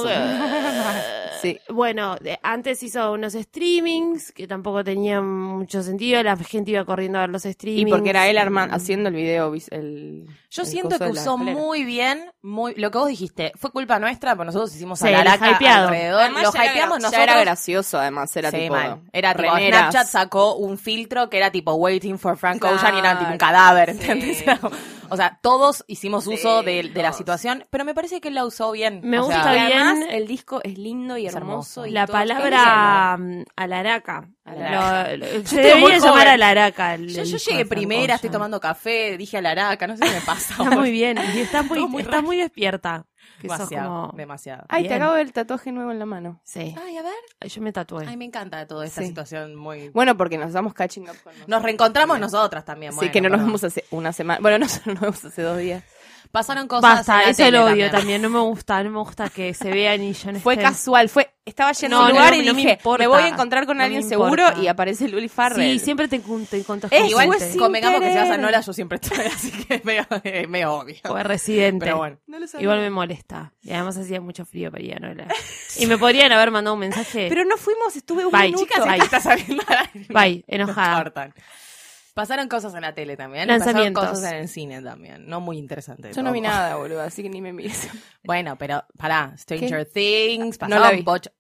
[SPEAKER 2] que- eh,
[SPEAKER 4] Sí.
[SPEAKER 2] Bueno, de- antes hizo unos streamings que tampoco tenían mucho sentido. La gente iba corriendo a ver los
[SPEAKER 4] Y
[SPEAKER 2] streamings.
[SPEAKER 4] porque era él arman- haciendo el video. vis- El,
[SPEAKER 3] Yo
[SPEAKER 4] el
[SPEAKER 3] siento
[SPEAKER 4] coso de
[SPEAKER 3] que
[SPEAKER 4] la
[SPEAKER 3] usó
[SPEAKER 4] escalera.
[SPEAKER 3] muy bien, muy lo que vos dijiste, fue culpa nuestra, porque nosotros hicimos a
[SPEAKER 2] Sí,
[SPEAKER 3] la
[SPEAKER 2] los
[SPEAKER 3] laca
[SPEAKER 2] hypeados.
[SPEAKER 3] alrededor,
[SPEAKER 4] Además,
[SPEAKER 3] los
[SPEAKER 4] ya era-
[SPEAKER 3] hypeamos
[SPEAKER 4] ya
[SPEAKER 3] nosotros.
[SPEAKER 4] era gracioso, además. Era
[SPEAKER 3] Sí,
[SPEAKER 4] tipo.
[SPEAKER 3] mal. Era tipo,
[SPEAKER 4] remeras.
[SPEAKER 3] Snapchat sacó un filtro que era tipo Waiting for Frank Ocean y era tipo un
[SPEAKER 4] Claro,
[SPEAKER 3] cadáver,
[SPEAKER 4] sí.
[SPEAKER 3] ¿entendés? Era como- O sea, todos hicimos
[SPEAKER 4] Sí,
[SPEAKER 3] uso de, de la
[SPEAKER 4] todos.
[SPEAKER 3] situación, pero me parece que él la usó bien.
[SPEAKER 2] Me
[SPEAKER 3] O sea,
[SPEAKER 2] gusta
[SPEAKER 4] Y
[SPEAKER 2] bien.
[SPEAKER 4] además, el disco es lindo y
[SPEAKER 3] Es hermoso.
[SPEAKER 4] hermoso. y
[SPEAKER 2] La
[SPEAKER 4] todo está
[SPEAKER 2] palabra mm, alaraca.
[SPEAKER 4] Alaraca.
[SPEAKER 2] Lo- lo- se
[SPEAKER 3] estoy muy
[SPEAKER 2] debería llamar
[SPEAKER 3] joven.
[SPEAKER 2] alaraca. el-
[SPEAKER 3] Yo,
[SPEAKER 2] el
[SPEAKER 3] yo
[SPEAKER 2] disco de
[SPEAKER 3] llegué
[SPEAKER 2] Frank
[SPEAKER 3] primera, estoy
[SPEAKER 2] Ocean.
[SPEAKER 3] tomando café, dije a la araca, no sé qué me pasa.
[SPEAKER 2] Está muy bien. Y estás muy,
[SPEAKER 3] Todo muy
[SPEAKER 2] estás muy despierta. Que sos
[SPEAKER 3] demasiado,
[SPEAKER 2] como-
[SPEAKER 3] demasiado.
[SPEAKER 4] Ay, te
[SPEAKER 2] Bien.
[SPEAKER 4] acabo del tatuaje nuevo en la mano.
[SPEAKER 2] Sí.
[SPEAKER 3] Ay, a ver.
[SPEAKER 2] Yo me tatué.
[SPEAKER 3] Ay, me encanta toda esta
[SPEAKER 4] Sí.
[SPEAKER 3] situación muy...
[SPEAKER 4] Bueno, porque nos estamos catching up con
[SPEAKER 3] Nos reencontramos nosotras también.
[SPEAKER 4] Sí,
[SPEAKER 3] bueno,
[SPEAKER 4] que no nos
[SPEAKER 3] perdón.
[SPEAKER 4] vemos hace una semana. Bueno, no nos vemos hace dos días.
[SPEAKER 3] Pasaron cosas. en
[SPEAKER 2] Basta,
[SPEAKER 3] la
[SPEAKER 2] eso
[SPEAKER 3] tele
[SPEAKER 2] lo odio también. No me gusta, no me gusta que se vean y yo no
[SPEAKER 4] Fue
[SPEAKER 2] esté.
[SPEAKER 4] casual, fue estaba yendo
[SPEAKER 2] No,
[SPEAKER 4] a un
[SPEAKER 2] no,
[SPEAKER 4] lugar
[SPEAKER 2] no,
[SPEAKER 4] y
[SPEAKER 2] no me
[SPEAKER 4] dije,
[SPEAKER 2] importa.
[SPEAKER 4] me voy a encontrar con
[SPEAKER 2] No me
[SPEAKER 4] alguien
[SPEAKER 2] importa.
[SPEAKER 4] seguro y aparece Luli Farrell.
[SPEAKER 2] Sí, siempre te, encon- te encontras
[SPEAKER 4] Eso
[SPEAKER 2] con
[SPEAKER 3] Igual
[SPEAKER 4] fue
[SPEAKER 2] gente.
[SPEAKER 4] sin
[SPEAKER 3] convengamos que si vas a
[SPEAKER 4] querer.
[SPEAKER 3] Nola yo siempre estoy, así que es medio, es medio obvio.
[SPEAKER 2] Fue residente.
[SPEAKER 3] Pero bueno.
[SPEAKER 4] No lo sabía.
[SPEAKER 2] Igual me molesta. Y además hacía mucho frío para ir a Nola. Y me podrían haber mandado un mensaje.
[SPEAKER 4] Pero no fuimos, estuve un
[SPEAKER 2] Bye,
[SPEAKER 4] minuto.
[SPEAKER 2] chicas, Bye.
[SPEAKER 3] Está saliendo al aire.
[SPEAKER 2] Bye,
[SPEAKER 3] Nos
[SPEAKER 2] enojada.
[SPEAKER 3] cortan. Pasaron cosas en la tele también.
[SPEAKER 2] Lanzamientos.
[SPEAKER 3] Pasaron cosas en el cine también. No muy interesante.
[SPEAKER 4] Yo no vi
[SPEAKER 3] todo.
[SPEAKER 4] nada, boludo, así que ni me mires.
[SPEAKER 3] Bueno, pero pará. Stranger Things,
[SPEAKER 4] No la
[SPEAKER 3] pasaron
[SPEAKER 4] vi.
[SPEAKER 3] bocho-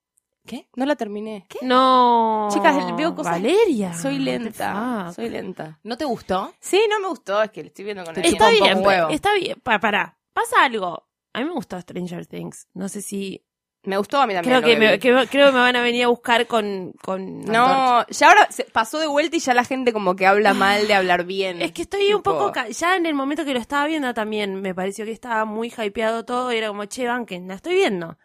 [SPEAKER 3] ¿Qué?
[SPEAKER 4] No la terminé.
[SPEAKER 2] No.
[SPEAKER 4] Chicas, veo cosas-
[SPEAKER 2] Valeria.
[SPEAKER 4] Soy
[SPEAKER 2] what the
[SPEAKER 4] lenta,
[SPEAKER 2] fuck.
[SPEAKER 4] soy lenta.
[SPEAKER 3] ¿No te gustó?
[SPEAKER 4] Sí, no me gustó, es que le estoy viendo con
[SPEAKER 3] Te
[SPEAKER 4] alguien.
[SPEAKER 2] Está
[SPEAKER 3] chupa un
[SPEAKER 2] bien,
[SPEAKER 3] poco un huevo.
[SPEAKER 2] está bien. Pa- pará. Pasa algo. A mí me gustó Stranger Things. No sé si.
[SPEAKER 4] Me gustó a mí
[SPEAKER 2] Creo
[SPEAKER 4] también. lo
[SPEAKER 2] que, me,
[SPEAKER 4] vi.
[SPEAKER 2] que- creo que me van a venir a buscar con. con antorcha.
[SPEAKER 4] No, ya ahora se pasó de vuelta y ya la gente como que habla mal de hablar bien.
[SPEAKER 2] Ah. Es que estoy un poco. ca- Ya en el momento que lo estaba viendo también me pareció que estaba muy hypeado todo. Y era como, che, banquen, la estoy viendo.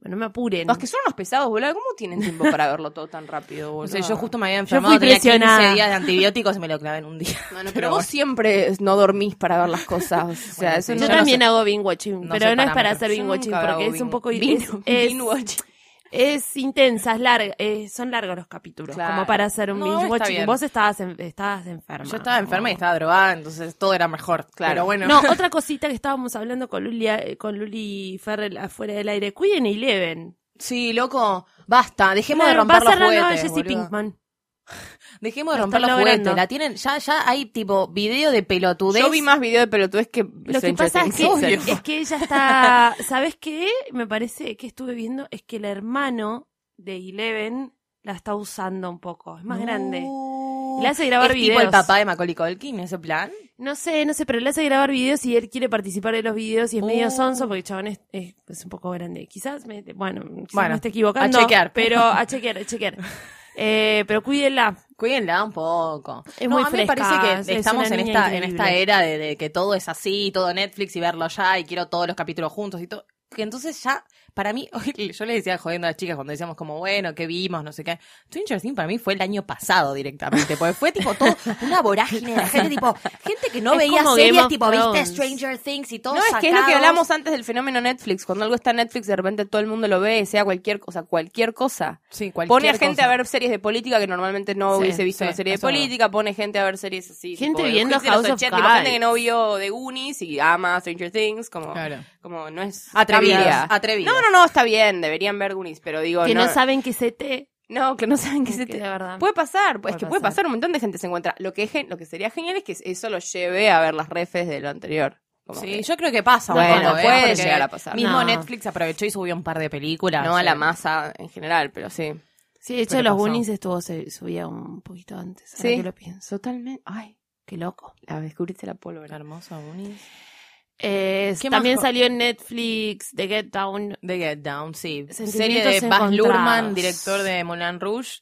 [SPEAKER 2] Bueno, no me apuren.
[SPEAKER 4] No, es que son unos pesados, boludo. ¿Cómo tienen tiempo para verlo todo tan rápido, boludo?
[SPEAKER 3] No sé, yo justo me había
[SPEAKER 2] fui
[SPEAKER 3] enfermado. tenía 15
[SPEAKER 2] presionada.
[SPEAKER 3] días de antibióticos y me lo clavé en un día.
[SPEAKER 4] Bueno, pero,
[SPEAKER 3] Pero
[SPEAKER 4] vos
[SPEAKER 3] bueno.
[SPEAKER 4] siempre no dormís para ver las cosas. O sea,
[SPEAKER 3] Bueno, sí,
[SPEAKER 4] eso no
[SPEAKER 2] Yo
[SPEAKER 4] no
[SPEAKER 2] también
[SPEAKER 4] sé.
[SPEAKER 2] hago binge watching,
[SPEAKER 3] No
[SPEAKER 2] pero
[SPEAKER 3] sé
[SPEAKER 2] no es para
[SPEAKER 3] parámetros.
[SPEAKER 2] hacer
[SPEAKER 4] Yo
[SPEAKER 2] binge watching
[SPEAKER 4] nunca
[SPEAKER 2] porque
[SPEAKER 4] hago
[SPEAKER 2] es un
[SPEAKER 4] bin-
[SPEAKER 2] poco
[SPEAKER 4] bin-
[SPEAKER 2] es, es-
[SPEAKER 4] binge watching.
[SPEAKER 2] es intensa, es larga, eh, son largos los capítulos,
[SPEAKER 4] Claro.
[SPEAKER 2] como para hacer un
[SPEAKER 3] No,
[SPEAKER 2] binge
[SPEAKER 3] está
[SPEAKER 2] watching.
[SPEAKER 3] bien.
[SPEAKER 2] Vos estabas en- estabas enferma.
[SPEAKER 3] Yo estaba enferma y estaba drogada, entonces todo era mejor.
[SPEAKER 4] Claro.
[SPEAKER 3] Pero bueno.
[SPEAKER 2] No, otra cosita que estábamos hablando con Luli, eh, con Luli Ferrell afuera del aire. Cuiden Eleven.
[SPEAKER 3] Sí, loco. Basta. Dejemos de
[SPEAKER 2] Claro,
[SPEAKER 3] romper
[SPEAKER 2] va a
[SPEAKER 3] los
[SPEAKER 2] ser la nueva
[SPEAKER 3] juguetes.
[SPEAKER 2] Jessie
[SPEAKER 3] boludo.
[SPEAKER 2] Pinkman.
[SPEAKER 3] Dejemos de
[SPEAKER 2] Lo
[SPEAKER 3] romper los
[SPEAKER 2] están logrando.
[SPEAKER 3] juguetes. La tienen, ya, ya hay tipo video de pelotudez.
[SPEAKER 4] Yo vi más videos de pelotudes que
[SPEAKER 2] Lo que
[SPEAKER 4] Stranger
[SPEAKER 2] pasa es
[SPEAKER 4] Things.
[SPEAKER 2] que,
[SPEAKER 4] Obvio.
[SPEAKER 2] es que ella está. ¿Sabes qué? Me parece que estuve viendo es que el hermano de Eleven la está usando un poco. Es más grande. Le hace grabar
[SPEAKER 3] es
[SPEAKER 2] videos.
[SPEAKER 3] tipo el papá de Macaulay Culkin, ese plan.
[SPEAKER 2] No sé, no sé, pero le hace grabar videos y él quiere participar de los videos y es medio
[SPEAKER 3] Uh.
[SPEAKER 2] sonso porque el chabón es, es- es un poco grande. Quizás me, bueno, quizás
[SPEAKER 3] Bueno,
[SPEAKER 2] me esté equivocando.
[SPEAKER 3] a chequear.
[SPEAKER 2] Pero a chequear, a chequear. Eh, pero cuídenla.
[SPEAKER 3] Cuídenla un poco.
[SPEAKER 2] Es
[SPEAKER 3] no,
[SPEAKER 2] muy
[SPEAKER 3] a mí
[SPEAKER 2] fresca,
[SPEAKER 3] me parece
[SPEAKER 2] es
[SPEAKER 3] que estamos
[SPEAKER 2] una
[SPEAKER 3] en
[SPEAKER 2] niña
[SPEAKER 3] esta, en esta
[SPEAKER 2] increíble.
[SPEAKER 3] era de, de que todo es así, todo Netflix y verlo ya, y quiero todos los capítulos juntos y todo. Que entonces ya, para mí, yo le decía jodiendo a las chicas cuando decíamos como, bueno, ¿qué vimos? No sé qué. Stranger Things para mí fue el año pasado directamente, porque fue tipo todo una vorágine de la gente, tipo, gente que no
[SPEAKER 2] Es
[SPEAKER 3] veía
[SPEAKER 2] como Game
[SPEAKER 3] series,
[SPEAKER 2] of
[SPEAKER 3] tipo, viste
[SPEAKER 2] Thrones.
[SPEAKER 3] Stranger Things y todo
[SPEAKER 4] No, es que es lo que hablamos antes del fenómeno Netflix. Cuando algo está en Netflix, de repente todo el mundo lo ve, sea cualquier cosa, cualquier cosa.
[SPEAKER 3] Sí, cualquier
[SPEAKER 4] Pone a gente
[SPEAKER 3] cosa.
[SPEAKER 4] a ver series de política que normalmente no
[SPEAKER 2] Sí,
[SPEAKER 4] hubiese visto
[SPEAKER 3] sí,
[SPEAKER 4] una serie de
[SPEAKER 3] eso es
[SPEAKER 4] política. Pone gente a ver series así.
[SPEAKER 2] Gente
[SPEAKER 4] tipo, de
[SPEAKER 2] viendo
[SPEAKER 4] Hits de los
[SPEAKER 2] House of
[SPEAKER 4] 80, tipo,
[SPEAKER 2] Cards.
[SPEAKER 4] gente que no vio de Goonies y ama Stranger Things. Como,
[SPEAKER 3] Claro.
[SPEAKER 4] como no es.
[SPEAKER 3] Atrevidas,
[SPEAKER 4] familia.
[SPEAKER 3] atrevidas.
[SPEAKER 4] No, no, no, está bien. Deberían ver Goonies, pero digo.
[SPEAKER 2] que no,
[SPEAKER 4] no,
[SPEAKER 2] saben que se te.
[SPEAKER 4] no, que no saben que se
[SPEAKER 2] que de verdad.
[SPEAKER 4] Puede pasar,
[SPEAKER 2] Puede
[SPEAKER 4] es que puede
[SPEAKER 2] pasar.
[SPEAKER 4] pasar, un montón de gente se encuentra. Lo que, es gen- lo que sería genial es que eso lo lleve a ver las refes de lo anterior. Como
[SPEAKER 3] Sí,
[SPEAKER 4] que-
[SPEAKER 3] yo creo que pasa. un
[SPEAKER 4] Bueno,
[SPEAKER 3] poco, ¿eh?
[SPEAKER 4] puede
[SPEAKER 3] Porque
[SPEAKER 4] llegar a pasar.
[SPEAKER 3] Mismo
[SPEAKER 2] No.
[SPEAKER 3] Netflix aprovechó y subió un par de películas. eh,
[SPEAKER 4] no a la
[SPEAKER 3] Sí.
[SPEAKER 4] masa en general, pero sí.
[SPEAKER 2] Sí, de hecho,
[SPEAKER 3] Pero
[SPEAKER 2] los
[SPEAKER 3] pasó.
[SPEAKER 2] Goonies estuvo, se subía un poquito antes. ahora
[SPEAKER 4] Sí.
[SPEAKER 2] que lo pienso.
[SPEAKER 4] Totalmente. Ay,
[SPEAKER 2] Qué loco.
[SPEAKER 4] la descubriste la pólvora.
[SPEAKER 3] Hermoso, Unis.
[SPEAKER 2] Eh,
[SPEAKER 3] ¿Qué
[SPEAKER 2] también
[SPEAKER 3] más?
[SPEAKER 2] salió en Netflix The Get Down.
[SPEAKER 3] The Get Down, sí.
[SPEAKER 2] Sentimientos
[SPEAKER 3] Serie de Baz
[SPEAKER 2] encontrados.
[SPEAKER 3] Luhrmann, director de Moulin Rouge.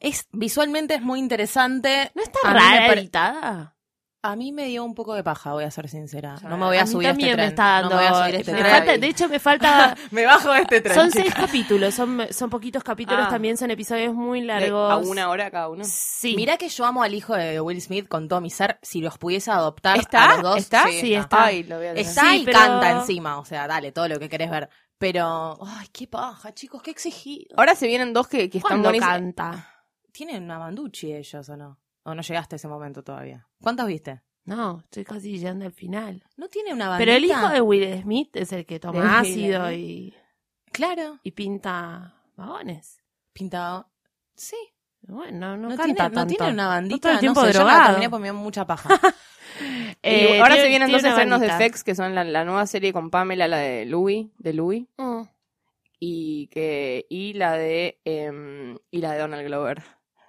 [SPEAKER 3] Es, visualmente es muy interesante.
[SPEAKER 2] ¿No está
[SPEAKER 3] A mí me
[SPEAKER 2] rara
[SPEAKER 3] pare-
[SPEAKER 2] editada?
[SPEAKER 3] A mí me dio un poco de paja, voy a ser sincera. No me
[SPEAKER 2] A
[SPEAKER 3] voy a,
[SPEAKER 2] mí
[SPEAKER 3] subir a este
[SPEAKER 2] también
[SPEAKER 3] tren.
[SPEAKER 2] me está dando.
[SPEAKER 3] No me voy a subir a este
[SPEAKER 2] me
[SPEAKER 3] tren.
[SPEAKER 2] falta- de hecho, me falta.
[SPEAKER 3] Me bajo de este tren.
[SPEAKER 2] son
[SPEAKER 3] chica.
[SPEAKER 2] seis capítulos, son, son poquitos capítulos
[SPEAKER 4] Ah.
[SPEAKER 2] también, son episodios muy
[SPEAKER 4] De-
[SPEAKER 2] largos.
[SPEAKER 4] a una hora cada uno.
[SPEAKER 2] Sí.
[SPEAKER 3] Mirá que yo amo al hijo de Will Smith con todo mi ser. Si los pudiese adoptar
[SPEAKER 4] ¿Está?
[SPEAKER 3] a los dos.
[SPEAKER 4] ¿Está?
[SPEAKER 2] Sí, está.
[SPEAKER 4] Ay, lo voy a tener.
[SPEAKER 3] Está
[SPEAKER 2] Sí,
[SPEAKER 3] y
[SPEAKER 2] pero-
[SPEAKER 3] canta encima. O sea, dale, todo lo que querés ver. Pero, ay, qué paja, chicos, qué exigido.
[SPEAKER 4] Ahora se vienen dos que, que están
[SPEAKER 2] ¿Cuándo
[SPEAKER 4] buenísimas.
[SPEAKER 2] canta?
[SPEAKER 3] ¿Tienen una banduchi ellos o no? ¿O no llegaste a ese momento todavía? ¿Cuántos viste?
[SPEAKER 2] No, estoy casi llegando al final.
[SPEAKER 3] No tiene una bandita.
[SPEAKER 2] Pero el hijo de Will Smith es el que toma
[SPEAKER 4] De Will
[SPEAKER 2] ácido
[SPEAKER 4] Smith.
[SPEAKER 2] y,
[SPEAKER 3] Claro.
[SPEAKER 2] y pinta vagones.
[SPEAKER 3] Pintado. Sí.
[SPEAKER 2] Bueno, no,
[SPEAKER 3] No,
[SPEAKER 2] canta
[SPEAKER 3] tiene, no
[SPEAKER 2] tanto.
[SPEAKER 3] tiene una bandita.
[SPEAKER 2] No todo el tiempo
[SPEAKER 3] sé, yo la
[SPEAKER 2] drogado.
[SPEAKER 3] terminé porque me dio mucha paja.
[SPEAKER 4] Y
[SPEAKER 2] Eh,
[SPEAKER 4] ahora
[SPEAKER 2] tiene-
[SPEAKER 4] se vienen
[SPEAKER 2] tiene
[SPEAKER 4] dos
[SPEAKER 2] una
[SPEAKER 4] estrenos de
[SPEAKER 2] bandita.
[SPEAKER 4] Fex, que son la, la nueva serie con Pamela, la de Louis, de Louis,
[SPEAKER 2] Mm.
[SPEAKER 4] y que y la de em, y la de Donald Glover.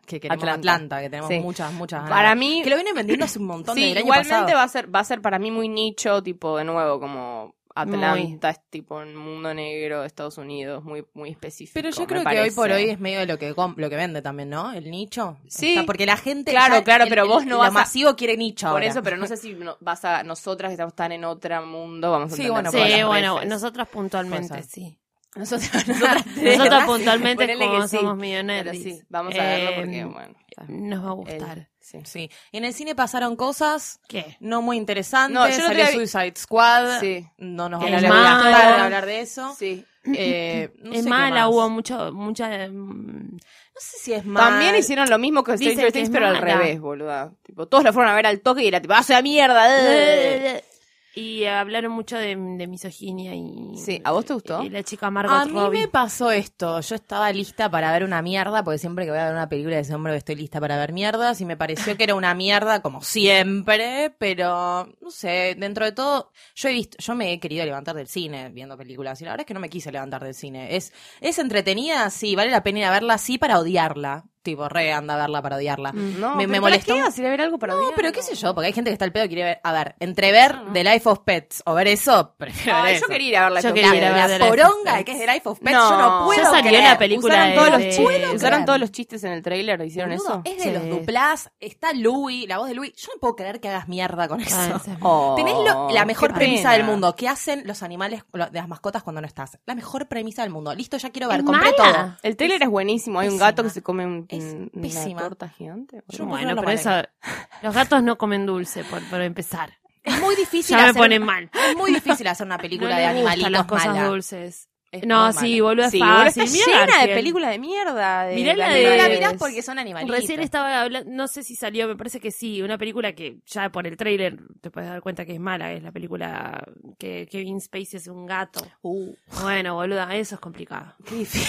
[SPEAKER 3] que queremos Atlanta,
[SPEAKER 4] Atlanta.
[SPEAKER 3] que tenemos
[SPEAKER 4] Sí.
[SPEAKER 3] muchas, muchas ganas.
[SPEAKER 4] Para mí,
[SPEAKER 3] Que lo vienen vendiendo hace un montón
[SPEAKER 4] sí,
[SPEAKER 3] del año
[SPEAKER 4] igualmente
[SPEAKER 3] pasado.
[SPEAKER 4] va a ser va a ser para mí muy nicho, tipo de nuevo como Atlanta es tipo un mundo negro de Estados Unidos, muy muy específico.
[SPEAKER 3] Pero yo
[SPEAKER 4] me
[SPEAKER 3] creo que hoy por
[SPEAKER 4] parece.
[SPEAKER 3] hoy es medio de lo que com- lo que vende también, ¿no? El nicho.
[SPEAKER 4] Sí.
[SPEAKER 3] Está- porque la gente.
[SPEAKER 4] Claro,
[SPEAKER 3] ya
[SPEAKER 4] claro,
[SPEAKER 3] el-
[SPEAKER 4] pero
[SPEAKER 3] el-
[SPEAKER 4] vos no
[SPEAKER 3] lo
[SPEAKER 4] vas a-
[SPEAKER 3] masivo quiere nicho.
[SPEAKER 4] por
[SPEAKER 3] ahora.
[SPEAKER 4] eso, pero no sé si no- vas a nosotras que estamos tan en otro mundo, vamos a
[SPEAKER 3] Sí,
[SPEAKER 4] entender
[SPEAKER 3] bueno,
[SPEAKER 4] por
[SPEAKER 2] sí,
[SPEAKER 4] las
[SPEAKER 2] bueno,
[SPEAKER 4] refes.
[SPEAKER 2] nosotras puntualmente,
[SPEAKER 3] Puede ser.
[SPEAKER 2] sí.
[SPEAKER 4] nosotras, nosotras tres.
[SPEAKER 2] Nosotras puntualmente es
[SPEAKER 4] Ponele
[SPEAKER 2] como
[SPEAKER 4] que sí,
[SPEAKER 2] somos
[SPEAKER 4] Pero
[SPEAKER 2] millonarios.
[SPEAKER 4] sí, vamos a verlo
[SPEAKER 2] Eh,
[SPEAKER 4] porque, bueno. está.
[SPEAKER 2] Nos va a
[SPEAKER 4] El-
[SPEAKER 2] gustar.
[SPEAKER 4] sí.
[SPEAKER 3] Sí. En el cine pasaron cosas
[SPEAKER 2] ¿Qué?
[SPEAKER 3] no muy interesantes.
[SPEAKER 4] No, yo no
[SPEAKER 3] Salió
[SPEAKER 4] te-
[SPEAKER 3] Suicide Squad.
[SPEAKER 4] Sí.
[SPEAKER 3] No nos
[SPEAKER 2] Que
[SPEAKER 3] vamos a
[SPEAKER 2] la
[SPEAKER 3] gastar
[SPEAKER 2] mala.
[SPEAKER 3] de hablar de eso.
[SPEAKER 4] Sí.
[SPEAKER 3] Eh, no sé
[SPEAKER 2] es
[SPEAKER 3] qué
[SPEAKER 2] mala,
[SPEAKER 3] más.
[SPEAKER 2] hubo mucho, mucha. mm,
[SPEAKER 3] No sé si es mala.
[SPEAKER 4] También hicieron lo mismo que
[SPEAKER 2] Dicen
[SPEAKER 4] Stranger
[SPEAKER 2] que es
[SPEAKER 4] Things, pero al
[SPEAKER 2] mala.
[SPEAKER 4] revés, boluda. Tipo, todos la fueron a ver al toque y era tipo, ¡hace la mierda! eh".
[SPEAKER 2] Y hablaron mucho de, de misoginia y.
[SPEAKER 4] Sí, ¿a vos te gustó?
[SPEAKER 2] Y la chica Margot
[SPEAKER 3] A mí
[SPEAKER 2] Robbie.
[SPEAKER 3] me pasó esto. Yo estaba lista para ver una mierda, porque siempre que voy a ver una película de ese hombre estoy lista para ver mierdas, y me pareció que era una mierda como siempre, pero no sé, dentro de todo, yo he visto, yo me he querido levantar del cine viendo películas, y la verdad es que no me quise levantar del cine. Es, es entretenida, sí, vale la pena ir a verla, sí, para odiarla. Tipo, re anda a verla para odiarla.
[SPEAKER 2] Mm.
[SPEAKER 4] No,
[SPEAKER 3] me, me
[SPEAKER 4] pero ¿para
[SPEAKER 3] molestó.
[SPEAKER 4] qué vas a ir a ver algo para
[SPEAKER 3] No,
[SPEAKER 4] odiar?
[SPEAKER 3] pero qué sé yo, porque hay gente que está al pedo y quiere ver. A ver, entre ver The Life of Pets o ver eso, prefiero
[SPEAKER 4] Ah,
[SPEAKER 3] ver
[SPEAKER 4] yo
[SPEAKER 3] eso.
[SPEAKER 4] quería ir a verla.
[SPEAKER 2] Yo
[SPEAKER 4] yo
[SPEAKER 2] quería ir a
[SPEAKER 4] quería.
[SPEAKER 2] ver
[SPEAKER 3] La,
[SPEAKER 2] The Life of
[SPEAKER 3] poronga
[SPEAKER 2] Pets.
[SPEAKER 3] que es The Life of Pets,
[SPEAKER 4] No,
[SPEAKER 3] yo no puedo
[SPEAKER 2] ya salió
[SPEAKER 3] creer.
[SPEAKER 2] la película
[SPEAKER 4] Usaron
[SPEAKER 2] de-
[SPEAKER 4] todos los
[SPEAKER 2] de-
[SPEAKER 4] chistes, usaron
[SPEAKER 3] creer.
[SPEAKER 4] todos los chistes en el trailer, hicieron
[SPEAKER 3] Boludo,
[SPEAKER 4] eso.
[SPEAKER 3] Es de
[SPEAKER 2] Sí.
[SPEAKER 3] los duplás, está Louis, la voz de Louis. Yo no puedo creer que hagas mierda con eso.
[SPEAKER 2] Ah, esa es-
[SPEAKER 4] Oh,
[SPEAKER 3] Tenés lo- la mejor
[SPEAKER 4] qué
[SPEAKER 3] premisa
[SPEAKER 4] pena.
[SPEAKER 3] del mundo. ¿Qué hacen los animales lo- de las mascotas cuando no estás? La mejor premisa del mundo. Listo, ya quiero ver.
[SPEAKER 2] Es
[SPEAKER 3] Compré
[SPEAKER 2] mala.
[SPEAKER 3] todo.
[SPEAKER 4] El trailer es, buenísimo, hay un
[SPEAKER 3] pésima.
[SPEAKER 4] gato que se come un-
[SPEAKER 3] Es
[SPEAKER 4] un- una
[SPEAKER 3] pésima.
[SPEAKER 4] torta gigante. boludo.
[SPEAKER 3] Yo no puedo
[SPEAKER 2] Bueno,
[SPEAKER 3] creerlo,
[SPEAKER 2] pero eso.
[SPEAKER 3] Valen.
[SPEAKER 2] Los gatos no comen dulce, por, por empezar.
[SPEAKER 3] Es muy difícil.
[SPEAKER 2] Ya me
[SPEAKER 3] hacer-
[SPEAKER 2] ponen mal.
[SPEAKER 3] Es muy difícil hacer una
[SPEAKER 2] No
[SPEAKER 3] película
[SPEAKER 2] les
[SPEAKER 3] de
[SPEAKER 2] gustan
[SPEAKER 3] animalitos
[SPEAKER 2] las cosas
[SPEAKER 3] mala.
[SPEAKER 2] dulces.
[SPEAKER 3] Es
[SPEAKER 2] No,
[SPEAKER 3] muy
[SPEAKER 2] sí,
[SPEAKER 3] mala.
[SPEAKER 2] boludo, es
[SPEAKER 4] Sí, boludo,
[SPEAKER 2] fácil.
[SPEAKER 4] está
[SPEAKER 2] Mirá
[SPEAKER 4] llena de
[SPEAKER 2] Garfield.
[SPEAKER 4] películas de mierda. De,
[SPEAKER 2] Mirá la
[SPEAKER 4] de
[SPEAKER 2] de-
[SPEAKER 3] No la
[SPEAKER 4] animales.
[SPEAKER 3] mirás porque son animalitos.
[SPEAKER 2] Recién estaba hablando, no sé si salió, me parece que sí, una película que ya por el tráiler te puedes dar cuenta que es mala, es la película que Kevin Spacey es un gato.
[SPEAKER 3] Uh,
[SPEAKER 2] Bueno, boluda, eso es complicado.
[SPEAKER 3] qué difícil.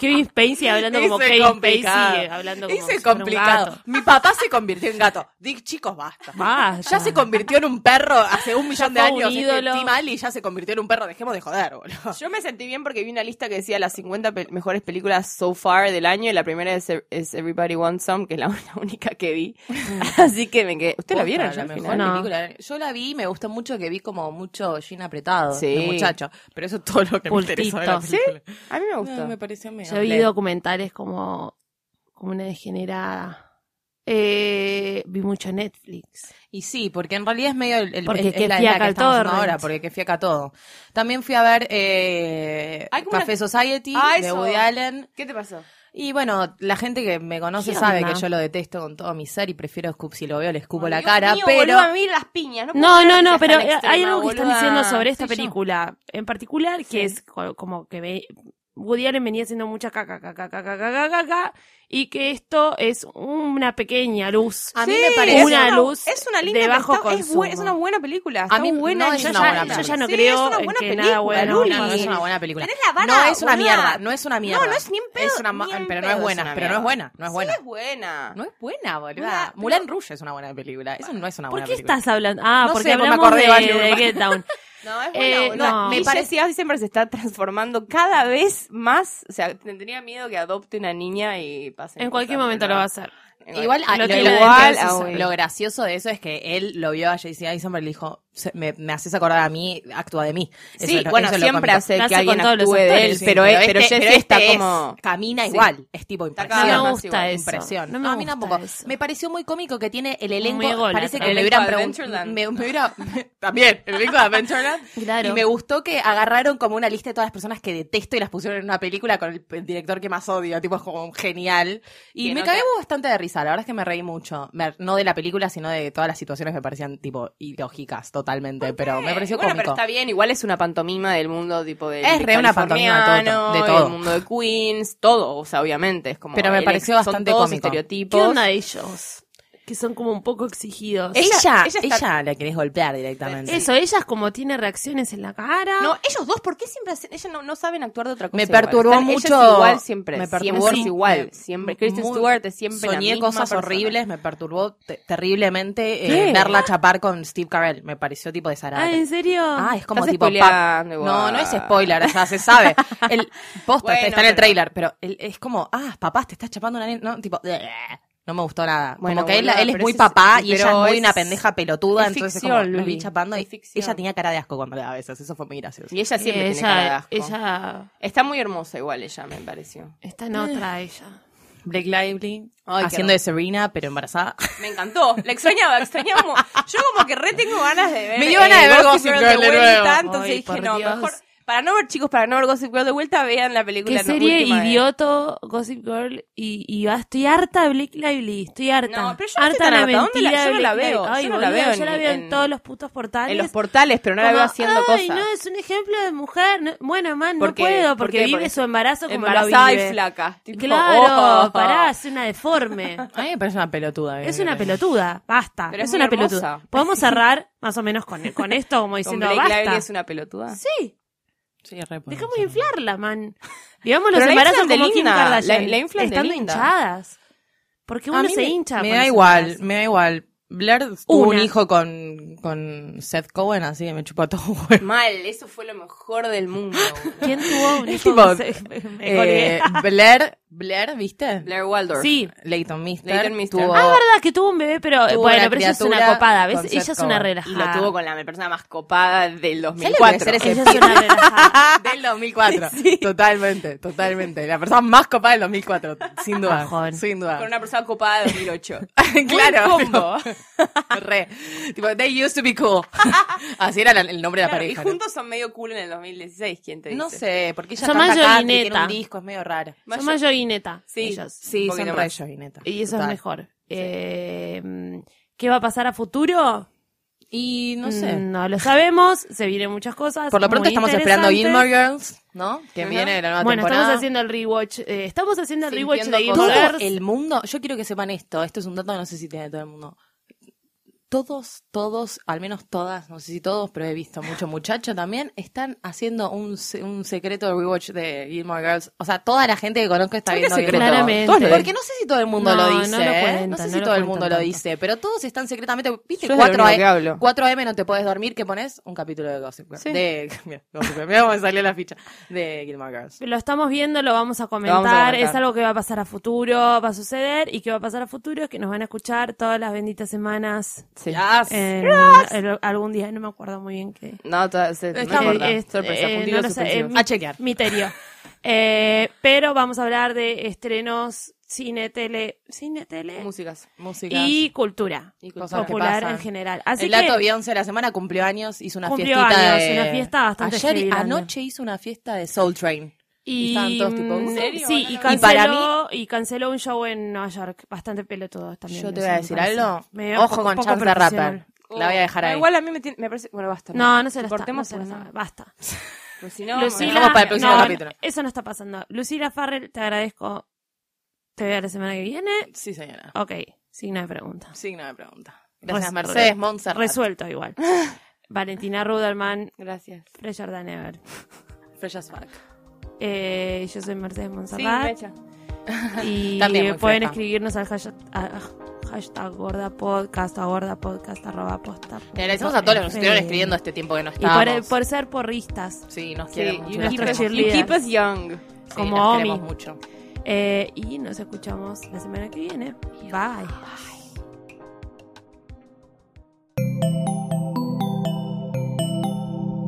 [SPEAKER 2] Kevin Spacey hablando como
[SPEAKER 3] Ese es
[SPEAKER 2] Kevin
[SPEAKER 3] complicado.
[SPEAKER 2] Spacey, hablando como
[SPEAKER 3] Ese
[SPEAKER 2] si
[SPEAKER 3] es
[SPEAKER 2] fuera un
[SPEAKER 3] complicado.
[SPEAKER 2] gato.
[SPEAKER 3] Mi papá se convirtió en gato. Dick, chicos, basta.
[SPEAKER 2] Basta.
[SPEAKER 3] Ya se convirtió en un perro hace un millón de
[SPEAKER 2] fue un
[SPEAKER 3] años. este
[SPEAKER 2] ídolo.
[SPEAKER 3] Tim Alley ya se convirtió en un perro. Dejemos de joder, boludo.
[SPEAKER 4] Yo me sentí bien porque vi una lista que decía las 50 pe- mejores películas so far del año y la primera es, es Everybody Wants Some, que es la, la única que vi. Así que me quedé. ¿Usted la vieron
[SPEAKER 3] Posta,
[SPEAKER 4] ya
[SPEAKER 3] la
[SPEAKER 4] al
[SPEAKER 3] mejor
[SPEAKER 4] final?
[SPEAKER 2] No.
[SPEAKER 3] película. Yo la vi, me gustó mucho que vi como mucho jean apretado
[SPEAKER 4] Sí.
[SPEAKER 3] de muchacho. Pero eso es todo lo que me interesó de la
[SPEAKER 2] Pultito.
[SPEAKER 3] película.
[SPEAKER 4] A mí me
[SPEAKER 3] No,
[SPEAKER 4] gustó.
[SPEAKER 3] me pareció medio
[SPEAKER 2] Yo vi
[SPEAKER 3] bleh.
[SPEAKER 2] documentales como, como una degenerada. Eh, vi mucho Netflix.
[SPEAKER 3] Y sí, porque en realidad es medio el, el-
[SPEAKER 2] Porque
[SPEAKER 3] es
[SPEAKER 2] que
[SPEAKER 3] la,
[SPEAKER 2] fiaca
[SPEAKER 3] la que
[SPEAKER 2] el
[SPEAKER 3] estamos haciendo
[SPEAKER 2] torrent.
[SPEAKER 3] ahora, porque que fiaca todo. También fui a ver eh,
[SPEAKER 4] Hay como
[SPEAKER 3] Café Society
[SPEAKER 4] Ah,
[SPEAKER 3] de
[SPEAKER 4] eso.
[SPEAKER 3] Woody Allen.
[SPEAKER 4] ¿Qué te pasó?
[SPEAKER 3] Y bueno, la gente que me conoce
[SPEAKER 2] ¿Qué
[SPEAKER 3] sabe
[SPEAKER 2] onda?
[SPEAKER 3] que yo lo detesto con todo mi ser y prefiero escup si lo veo, le escupo
[SPEAKER 4] Ay,
[SPEAKER 3] la
[SPEAKER 4] Dios
[SPEAKER 3] cara,
[SPEAKER 4] mío,
[SPEAKER 3] pero
[SPEAKER 4] boludo, a mí las piñas. No, puedo
[SPEAKER 2] No,
[SPEAKER 4] creer
[SPEAKER 2] no,
[SPEAKER 4] que
[SPEAKER 2] no,
[SPEAKER 4] seas
[SPEAKER 2] pero
[SPEAKER 4] tan
[SPEAKER 2] eh, hay
[SPEAKER 4] extrema,
[SPEAKER 2] algo que están
[SPEAKER 4] boluda.
[SPEAKER 2] diciendo sobre esta
[SPEAKER 3] Soy yo.
[SPEAKER 2] película en particular, que
[SPEAKER 4] Sí.
[SPEAKER 2] es co- como que ve- Woody Allen venía haciendo mucha caca, caca, caca, caca, caca, caca, y que esto es una pequeña luz.
[SPEAKER 3] A mí
[SPEAKER 4] Sí,
[SPEAKER 3] me parece-
[SPEAKER 2] una
[SPEAKER 4] es
[SPEAKER 2] luz
[SPEAKER 4] Es una linda
[SPEAKER 2] de bajo
[SPEAKER 4] está- es, bu-
[SPEAKER 2] consumo.
[SPEAKER 4] es una buena película.
[SPEAKER 3] A
[SPEAKER 4] Está
[SPEAKER 3] mí-
[SPEAKER 4] buena.
[SPEAKER 3] no,
[SPEAKER 4] es
[SPEAKER 3] yo
[SPEAKER 4] una
[SPEAKER 3] ya-
[SPEAKER 4] buena
[SPEAKER 3] yo ya
[SPEAKER 4] película.
[SPEAKER 2] no
[SPEAKER 4] Sí,
[SPEAKER 2] creo
[SPEAKER 4] es una buena
[SPEAKER 2] en que
[SPEAKER 4] película,
[SPEAKER 2] nada bueno,
[SPEAKER 3] No,
[SPEAKER 4] Luli.
[SPEAKER 3] no, no es una buena película.
[SPEAKER 4] Tenés la vara,
[SPEAKER 3] no es una
[SPEAKER 4] boluda.
[SPEAKER 3] mierda, no es una mierda.
[SPEAKER 4] No, no es ni en pedo,
[SPEAKER 3] Es una ma-
[SPEAKER 4] ni en
[SPEAKER 3] pero no
[SPEAKER 4] pedo
[SPEAKER 3] es buena,
[SPEAKER 4] una
[SPEAKER 3] pero no es
[SPEAKER 4] mierda.
[SPEAKER 3] buena, no es buena.
[SPEAKER 4] Sí, es buena.
[SPEAKER 3] No es buena, boluda.
[SPEAKER 4] Una-
[SPEAKER 3] Mulan Rouge es una buena película. Eso no es una
[SPEAKER 2] ¿Por
[SPEAKER 3] buena
[SPEAKER 2] qué
[SPEAKER 3] película.
[SPEAKER 2] estás hablando? Ah,
[SPEAKER 3] No
[SPEAKER 2] porque
[SPEAKER 3] sé, porque me
[SPEAKER 2] hablamos
[SPEAKER 3] acordé
[SPEAKER 2] de,
[SPEAKER 3] de Barrio
[SPEAKER 2] de
[SPEAKER 3] Urbano.
[SPEAKER 2] Get Down.
[SPEAKER 4] No, es
[SPEAKER 2] Eh,
[SPEAKER 4] buena, boluda.
[SPEAKER 2] no.
[SPEAKER 4] Me
[SPEAKER 2] Ella-
[SPEAKER 4] parece que siempre se está transformando cada vez más. O sea, tendría miedo que adopte una niña y pase.
[SPEAKER 2] En cualquier momento lo va a hacer.
[SPEAKER 3] Igual, a-
[SPEAKER 2] Lo
[SPEAKER 4] ah,
[SPEAKER 3] lo,
[SPEAKER 2] que
[SPEAKER 3] lo-
[SPEAKER 2] igual
[SPEAKER 3] lo-
[SPEAKER 4] a hoy.
[SPEAKER 3] lo gracioso de eso es que él lo vio a JC Eisenberg y le dijo, se- me, me haces acordar a mí, actúa de mí. Eso
[SPEAKER 4] Sí,
[SPEAKER 3] es lo-
[SPEAKER 4] bueno,
[SPEAKER 3] eso es lo
[SPEAKER 4] siempre
[SPEAKER 3] cómico.
[SPEAKER 4] hace
[SPEAKER 2] Lo hace
[SPEAKER 4] que alguien
[SPEAKER 2] con todos los
[SPEAKER 4] actúe de él,
[SPEAKER 2] actores, sí,
[SPEAKER 4] pero,
[SPEAKER 3] pero
[SPEAKER 4] es- pero
[SPEAKER 3] este-
[SPEAKER 4] Jeffrey
[SPEAKER 3] pero
[SPEAKER 4] está
[SPEAKER 3] este es-
[SPEAKER 4] como...
[SPEAKER 3] Camina
[SPEAKER 4] Sí.
[SPEAKER 3] igual, es tipo
[SPEAKER 4] cada
[SPEAKER 3] impresión.
[SPEAKER 4] vez
[SPEAKER 2] No me
[SPEAKER 4] más
[SPEAKER 2] gusta
[SPEAKER 4] igual,
[SPEAKER 2] eso.
[SPEAKER 3] impresión.
[SPEAKER 2] No me
[SPEAKER 3] a mí
[SPEAKER 2] gusta
[SPEAKER 3] tampoco.
[SPEAKER 2] eso.
[SPEAKER 3] Me pareció muy cómico que tiene el elenco.
[SPEAKER 2] Muy ególatra.
[SPEAKER 3] parece que
[SPEAKER 4] El
[SPEAKER 3] me
[SPEAKER 4] elenco
[SPEAKER 3] hubieran
[SPEAKER 4] de
[SPEAKER 3] preguntado.
[SPEAKER 4] Adventureland.
[SPEAKER 3] Me, me hubiera- también, el elenco de Adventureland.
[SPEAKER 2] Claro.
[SPEAKER 3] Y me gustó que agarraron como una lista de todas las personas que detesto y las pusieron en una película con el, el director que más odio. Tipo, es como genial. Y
[SPEAKER 4] Que
[SPEAKER 3] me
[SPEAKER 4] no
[SPEAKER 3] cagué
[SPEAKER 4] te-
[SPEAKER 3] bastante de risa. La verdad es que me reí mucho. Me- no de la película, sino de todas las situaciones que me parecían, tipo, ilógicas totalmente. Pero me pareció
[SPEAKER 4] bueno,
[SPEAKER 3] cómico.
[SPEAKER 4] pero está bien, igual es una pantomima del mundo tipo de
[SPEAKER 3] Es re una pantomima de todo, de todo.
[SPEAKER 4] del mundo de Queens, todo, o sea, obviamente, es como
[SPEAKER 3] Pero me
[SPEAKER 4] el-
[SPEAKER 3] pareció
[SPEAKER 4] son
[SPEAKER 3] bastante
[SPEAKER 4] todos
[SPEAKER 3] cómico.
[SPEAKER 2] ¿Qué
[SPEAKER 4] estereotipos.
[SPEAKER 2] onda de ellos? Que son como un poco exigidos.
[SPEAKER 3] Ella,
[SPEAKER 4] ella
[SPEAKER 3] ella,
[SPEAKER 4] está-
[SPEAKER 3] la querés golpear directamente.
[SPEAKER 2] Eso, ella es como tiene reacciones en la cara.
[SPEAKER 4] No, ellos dos, ¿por qué siempre hacen? Ellos no, no saben actuar de otra cosa.
[SPEAKER 3] Me
[SPEAKER 4] Pues igual.
[SPEAKER 3] perturbó
[SPEAKER 4] Están- Ella
[SPEAKER 3] mucho-
[SPEAKER 4] es igual siempre.
[SPEAKER 3] me perturbó,
[SPEAKER 4] siempre es
[SPEAKER 3] sí.
[SPEAKER 4] igual.
[SPEAKER 3] Me-
[SPEAKER 4] Siempre. Kristen
[SPEAKER 3] muy-
[SPEAKER 4] Stewart es siempre la
[SPEAKER 3] Soñé
[SPEAKER 4] misma
[SPEAKER 3] cosas
[SPEAKER 4] persona.
[SPEAKER 3] horribles, me perturbó te- terriblemente
[SPEAKER 4] ¿Qué?
[SPEAKER 3] eh, verla chapar con Steve Carell. Me pareció tipo
[SPEAKER 2] Ah,
[SPEAKER 3] desagradable.
[SPEAKER 2] ¿en serio?
[SPEAKER 3] Ah, es como
[SPEAKER 4] Estás
[SPEAKER 3] tipo.
[SPEAKER 4] spoileando,
[SPEAKER 3] pap-
[SPEAKER 4] igual.
[SPEAKER 3] No, no es spoiler, o sea, se sabe. El posta
[SPEAKER 4] Bueno,
[SPEAKER 3] está en el
[SPEAKER 4] pero-
[SPEAKER 3] trailer, pero el- es como, ah, papá, te estás chapando una nena. No, tipo, bleh, no me gustó nada.
[SPEAKER 4] Bueno,
[SPEAKER 3] como que él,
[SPEAKER 4] boluda,
[SPEAKER 3] él es
[SPEAKER 4] pero
[SPEAKER 3] muy
[SPEAKER 4] ese es-
[SPEAKER 3] papá y
[SPEAKER 4] pero
[SPEAKER 3] ella es muy
[SPEAKER 4] es-
[SPEAKER 3] una pendeja pelotuda,
[SPEAKER 4] es
[SPEAKER 3] entonces
[SPEAKER 4] ficción,
[SPEAKER 3] como, lo vi
[SPEAKER 4] Luli,
[SPEAKER 3] chapando
[SPEAKER 4] es
[SPEAKER 3] y
[SPEAKER 4] ficción.
[SPEAKER 3] ella tenía cara de asco cuando le da besos, eso fue muy gracioso.
[SPEAKER 4] Y ella
[SPEAKER 2] Sí,
[SPEAKER 4] siempre tiene
[SPEAKER 2] ella,
[SPEAKER 4] cara de asco.
[SPEAKER 2] ella
[SPEAKER 4] Está muy hermosa igual ella, me pareció.
[SPEAKER 2] está en otra, ella.
[SPEAKER 3] Blake Lively
[SPEAKER 4] Ay, qué
[SPEAKER 3] haciendo de Serena, pero embarazada.
[SPEAKER 4] Me encantó. La extrañaba, extrañaba. mo- Yo como que re tengo ganas de ver. eh,
[SPEAKER 3] Me dio ganas de ver Gossip Girl de
[SPEAKER 4] vuelta.
[SPEAKER 3] nuevo.
[SPEAKER 4] Entonces
[SPEAKER 2] Ay,
[SPEAKER 4] dije,
[SPEAKER 2] por
[SPEAKER 4] no,
[SPEAKER 2] Dios.
[SPEAKER 4] mejor. Para no ver, chicos, para no ver Gossip Girl de vuelta, vean la película.
[SPEAKER 2] Qué
[SPEAKER 4] no,
[SPEAKER 2] serie
[SPEAKER 4] última eh, de-
[SPEAKER 2] idioto, Gossip Girl, y, y ah, estoy harta de Blake Lively, estoy harta.
[SPEAKER 4] No, pero yo no
[SPEAKER 2] harta
[SPEAKER 4] estoy tan
[SPEAKER 2] de
[SPEAKER 4] harta, ¿dónde la-
[SPEAKER 2] mentira
[SPEAKER 4] yo no
[SPEAKER 2] de
[SPEAKER 4] la
[SPEAKER 2] Blake
[SPEAKER 4] veo,
[SPEAKER 2] Lively.
[SPEAKER 4] yo
[SPEAKER 2] Ay,
[SPEAKER 4] no la
[SPEAKER 2] boluda,
[SPEAKER 4] veo
[SPEAKER 2] yo
[SPEAKER 4] en-
[SPEAKER 2] la veo en,
[SPEAKER 4] en-
[SPEAKER 2] todos los putos portales.
[SPEAKER 4] En los portales, pero no la
[SPEAKER 2] Como,
[SPEAKER 4] veo haciendo
[SPEAKER 2] Ay,
[SPEAKER 4] cosas.
[SPEAKER 2] no, es un ejemplo de mujer. No- bueno, man,
[SPEAKER 4] ¿Por
[SPEAKER 2] no
[SPEAKER 4] qué?
[SPEAKER 2] puedo,
[SPEAKER 4] ¿Por
[SPEAKER 2] porque
[SPEAKER 4] qué?
[SPEAKER 2] vive
[SPEAKER 4] Porque
[SPEAKER 2] su embarazo como
[SPEAKER 4] Embarazada
[SPEAKER 2] lo
[SPEAKER 4] y
[SPEAKER 2] vive.
[SPEAKER 4] flaca. Tipo,
[SPEAKER 2] Claro,
[SPEAKER 4] oh.
[SPEAKER 2] pará, es una deforme.
[SPEAKER 3] A mí me parece una pelotuda.
[SPEAKER 2] Es una pelotuda, basta.
[SPEAKER 4] Pero
[SPEAKER 2] es
[SPEAKER 4] es muy
[SPEAKER 2] una
[SPEAKER 4] hermosa.
[SPEAKER 2] pelotuda. Podemos cerrar más o menos con, con esto, como
[SPEAKER 4] Con
[SPEAKER 2] diciendo,
[SPEAKER 4] Blake Lively
[SPEAKER 2] basta.
[SPEAKER 4] es una pelotuda.
[SPEAKER 2] Sí,
[SPEAKER 3] Sí, re podemos
[SPEAKER 2] dejamos de
[SPEAKER 3] hacer.
[SPEAKER 2] inflarla, man. Vivamos los
[SPEAKER 4] Pero la
[SPEAKER 2] embarazos
[SPEAKER 4] inflan de
[SPEAKER 2] como Kim
[SPEAKER 4] linda,
[SPEAKER 2] Kardashian.
[SPEAKER 4] la- la inflan de
[SPEAKER 2] estando
[SPEAKER 4] linda.
[SPEAKER 2] hinchadas. Porque
[SPEAKER 3] A
[SPEAKER 2] uno
[SPEAKER 3] mí
[SPEAKER 2] se
[SPEAKER 3] me-
[SPEAKER 2] hincha.
[SPEAKER 3] Me
[SPEAKER 2] por
[SPEAKER 3] da
[SPEAKER 2] ese
[SPEAKER 3] igual,
[SPEAKER 2] embarazo.
[SPEAKER 3] me da igual. Blair tuvo un
[SPEAKER 2] Una.
[SPEAKER 3] hijo con, con Seth Cohen, así que me chupa todo un huevo.
[SPEAKER 4] Mal, eso fue lo mejor del mundo. boludo.
[SPEAKER 2] ¿Quién tuvo un
[SPEAKER 3] Es
[SPEAKER 2] hijo?
[SPEAKER 3] tipo,
[SPEAKER 2] Me- me- me colgué.
[SPEAKER 3] Eh, Blair, Blair, ¿viste?
[SPEAKER 4] Blair Waldorf.
[SPEAKER 2] Sí.
[SPEAKER 3] Leighton Mister.
[SPEAKER 4] Leighton Meester.
[SPEAKER 3] Tuvo,
[SPEAKER 4] Ah,
[SPEAKER 2] Es verdad que tuvo un bebé, pero
[SPEAKER 3] Tuvo
[SPEAKER 2] bueno,
[SPEAKER 3] una
[SPEAKER 2] pero ella es una
[SPEAKER 3] criatura
[SPEAKER 2] copada,
[SPEAKER 3] con
[SPEAKER 2] ¿ves? Ella es
[SPEAKER 3] Seth
[SPEAKER 2] una
[SPEAKER 3] Cohen.
[SPEAKER 4] Y
[SPEAKER 2] relajada.
[SPEAKER 4] lo tuvo con la persona más copada del
[SPEAKER 3] ¿Sabes lo que
[SPEAKER 4] 2004.
[SPEAKER 3] debe ser
[SPEAKER 2] Ella es una relajada.
[SPEAKER 3] Del 2004. Totalmente, totalmente. La persona más copada del 2004, sin duda.
[SPEAKER 2] Bajón.
[SPEAKER 3] Sin
[SPEAKER 4] Con
[SPEAKER 3] duda.
[SPEAKER 4] una persona copada de 2008.
[SPEAKER 3] claro.
[SPEAKER 4] Buen combo.
[SPEAKER 3] pero- Re. Tipo, they used to be cool. así era la- el nombre de la
[SPEAKER 4] Claro, y
[SPEAKER 3] pareja. ¿no?
[SPEAKER 4] juntos son medio cool en el 2016, ¿quién te dice?
[SPEAKER 3] No sé, porque ella
[SPEAKER 2] Son
[SPEAKER 3] canta
[SPEAKER 2] más
[SPEAKER 3] country,
[SPEAKER 2] llorineta.
[SPEAKER 3] tiene un disco, es medio rara.
[SPEAKER 2] Son mayor y neta.
[SPEAKER 4] Sí,
[SPEAKER 2] ellos.
[SPEAKER 3] Sí,
[SPEAKER 4] poquito
[SPEAKER 3] son re
[SPEAKER 4] más.
[SPEAKER 3] llorineta.
[SPEAKER 2] Y eso
[SPEAKER 3] Total.
[SPEAKER 2] es mejor. Eh, ¿Qué va a pasar a futuro?
[SPEAKER 3] Y no sé.
[SPEAKER 2] Mm, No lo sabemos, se vienen muchas cosas.
[SPEAKER 3] Por lo pronto
[SPEAKER 2] muy
[SPEAKER 3] estamos esperando Gilmore
[SPEAKER 2] interesantes.
[SPEAKER 3] Girls, ¿no? Que
[SPEAKER 4] Ajá.
[SPEAKER 3] viene la nueva
[SPEAKER 2] Bueno,
[SPEAKER 3] temporada.
[SPEAKER 2] estamos haciendo el rewatch. eh, estamos haciendo el rewatch
[SPEAKER 4] Sintiendo
[SPEAKER 2] de
[SPEAKER 4] cosas.
[SPEAKER 2] Gilmore
[SPEAKER 3] todo
[SPEAKER 2] Girls.
[SPEAKER 3] el mundo, yo quiero que sepan esto, esto es un dato que no sé si tiene todo el mundo. Todos, todos, al menos todas, no sé si todos, pero he visto mucho muchacho también, están haciendo un, se- un secreto rewatch de Gilmore Girls. O sea, toda la gente que conozco está
[SPEAKER 4] ¿Por qué
[SPEAKER 3] viendo
[SPEAKER 4] secreto?
[SPEAKER 3] Gilmore Girls.
[SPEAKER 2] Claramente.
[SPEAKER 4] Todos lo ven.
[SPEAKER 3] Porque no sé si todo el mundo
[SPEAKER 2] No,
[SPEAKER 3] lo
[SPEAKER 2] no
[SPEAKER 3] dice,
[SPEAKER 2] lo
[SPEAKER 3] ¿eh? no
[SPEAKER 2] cuentan,
[SPEAKER 3] sé
[SPEAKER 2] no
[SPEAKER 3] si
[SPEAKER 2] lo
[SPEAKER 3] todo el
[SPEAKER 2] cuentan
[SPEAKER 3] mundo lo
[SPEAKER 2] tanto.
[SPEAKER 3] dice, pero todos están secretamente, viste, E,
[SPEAKER 4] Yo es de lo único
[SPEAKER 3] 4M,
[SPEAKER 4] que hablo.
[SPEAKER 3] 4M no te puedes dormir, que pones un capítulo de Gossip Girl.
[SPEAKER 4] Sí.
[SPEAKER 3] De, mira, Gossip Girl, mira cómo me salió la ficha, de Gilmore Girls.
[SPEAKER 2] Lo estamos viendo, lo vamos a
[SPEAKER 4] a
[SPEAKER 2] comentar.
[SPEAKER 4] comentar.
[SPEAKER 2] Es algo que va a pasar a futuro, va a suceder. Y que va a pasar a futuro es que nos van a escuchar todas las benditas semanas.
[SPEAKER 4] Ah, Sí.
[SPEAKER 3] Yes.
[SPEAKER 2] en- en- algún día, no me acuerdo muy bien qué.
[SPEAKER 4] No, toda, se,
[SPEAKER 3] Está gorda.
[SPEAKER 4] no importa.
[SPEAKER 2] Eh, es-
[SPEAKER 4] Sorpresa,
[SPEAKER 2] eh,
[SPEAKER 4] puntitos
[SPEAKER 2] no lo sé,
[SPEAKER 4] suspensivos.
[SPEAKER 2] eh,
[SPEAKER 3] A chequear.
[SPEAKER 2] Miterio. Eh, pero vamos a hablar de estrenos, cine, tele, cine, tele
[SPEAKER 4] Músicas.
[SPEAKER 3] Música.
[SPEAKER 2] y cultura
[SPEAKER 4] Y cosas que
[SPEAKER 2] popular
[SPEAKER 3] pasan.
[SPEAKER 2] en general. Así
[SPEAKER 3] el
[SPEAKER 2] que
[SPEAKER 3] dato Beyoncé la semana cumplió años, hizo una
[SPEAKER 2] Cumplió
[SPEAKER 3] fiestita
[SPEAKER 2] años,
[SPEAKER 3] de-
[SPEAKER 2] una fiesta bastante
[SPEAKER 3] Ayer,
[SPEAKER 2] heavy, grande.
[SPEAKER 3] anoche hizo una fiesta de Soul Train.
[SPEAKER 2] y,
[SPEAKER 3] estaban todos tipo, ¿en
[SPEAKER 2] mm,
[SPEAKER 4] serio?
[SPEAKER 2] Sí,
[SPEAKER 4] No
[SPEAKER 2] y
[SPEAKER 4] lo
[SPEAKER 2] canceló,
[SPEAKER 3] vi. Y para
[SPEAKER 2] y canceló un show en Nueva York, bastante pelotudo también.
[SPEAKER 3] Yo
[SPEAKER 2] eso
[SPEAKER 3] te voy a
[SPEAKER 2] me
[SPEAKER 3] decir
[SPEAKER 2] parece.
[SPEAKER 3] algo.
[SPEAKER 2] Me veo
[SPEAKER 3] Ojo
[SPEAKER 2] poco-
[SPEAKER 3] con
[SPEAKER 2] poco
[SPEAKER 3] Chance the Rapper.
[SPEAKER 2] profesional. Ah,
[SPEAKER 3] La voy a dejar
[SPEAKER 4] No,
[SPEAKER 3] ahí.
[SPEAKER 4] Igual a mí me, tiene- me parece. Bueno, basta.
[SPEAKER 2] No, no se la está, no
[SPEAKER 4] Cortemos
[SPEAKER 2] se la
[SPEAKER 4] porque
[SPEAKER 2] está, basta.
[SPEAKER 4] Pues si no,
[SPEAKER 3] Lucila-
[SPEAKER 4] vamos a-
[SPEAKER 3] para el próximo
[SPEAKER 2] no,
[SPEAKER 3] capítulo.
[SPEAKER 2] Eso no está pasando. Lucila Farrell, te agradezco. Te veo la semana que viene.
[SPEAKER 3] Sí, señora.
[SPEAKER 2] Ok, signo de pregunta.
[SPEAKER 3] Signo de pregunta.
[SPEAKER 2] Resuelto.
[SPEAKER 3] Gracias, Mercedes Montserrat.
[SPEAKER 2] Resuelto igual. Valentina Ruderman,
[SPEAKER 4] Gracias.
[SPEAKER 2] Fresh Jordan Ever.
[SPEAKER 3] Fresh as fuck.
[SPEAKER 2] Eh, yo soy Mercedes
[SPEAKER 4] Sí,
[SPEAKER 2] Monserrat.
[SPEAKER 4] mecha.
[SPEAKER 2] y
[SPEAKER 3] También muy
[SPEAKER 2] pueden
[SPEAKER 3] fresca.
[SPEAKER 2] escribirnos al hashtag, a- a- hashtag gordapodcast o agordapodcast arroba posta.
[SPEAKER 3] Le agradecemos a todos los que nos estuvieron
[SPEAKER 2] Sí.
[SPEAKER 3] escribiendo este tiempo que no
[SPEAKER 2] Y por,
[SPEAKER 3] estábamos.
[SPEAKER 2] por ser porristas.
[SPEAKER 3] Sí, nos
[SPEAKER 4] Sí,
[SPEAKER 3] quieren mucho.
[SPEAKER 4] you
[SPEAKER 3] Nos
[SPEAKER 4] keep,
[SPEAKER 2] Nuestros
[SPEAKER 3] queremos
[SPEAKER 4] us, you
[SPEAKER 2] cheerleaders.
[SPEAKER 3] mucho.
[SPEAKER 4] keep us young.
[SPEAKER 3] Sí,
[SPEAKER 2] como
[SPEAKER 3] nos
[SPEAKER 2] Omi.
[SPEAKER 3] queremos mucho.
[SPEAKER 2] Eh, y nos escuchamos la semana que viene. Bye.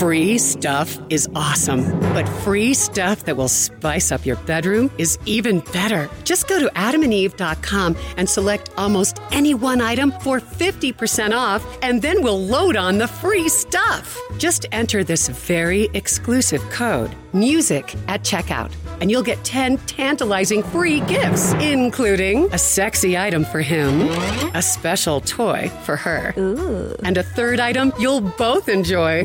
[SPEAKER 5] Free stuff is awesome, but free stuff that will spice up your bedroom is even better. Just go to adamandeve.com and select almost any one item for 50% off, and then we'll load on the free stuff. Just enter this very exclusive code, MUSIC, at checkout, and you'll get 10 tantalizing free gifts, including a sexy item for him, a special toy for her, and a third item you'll both enjoy.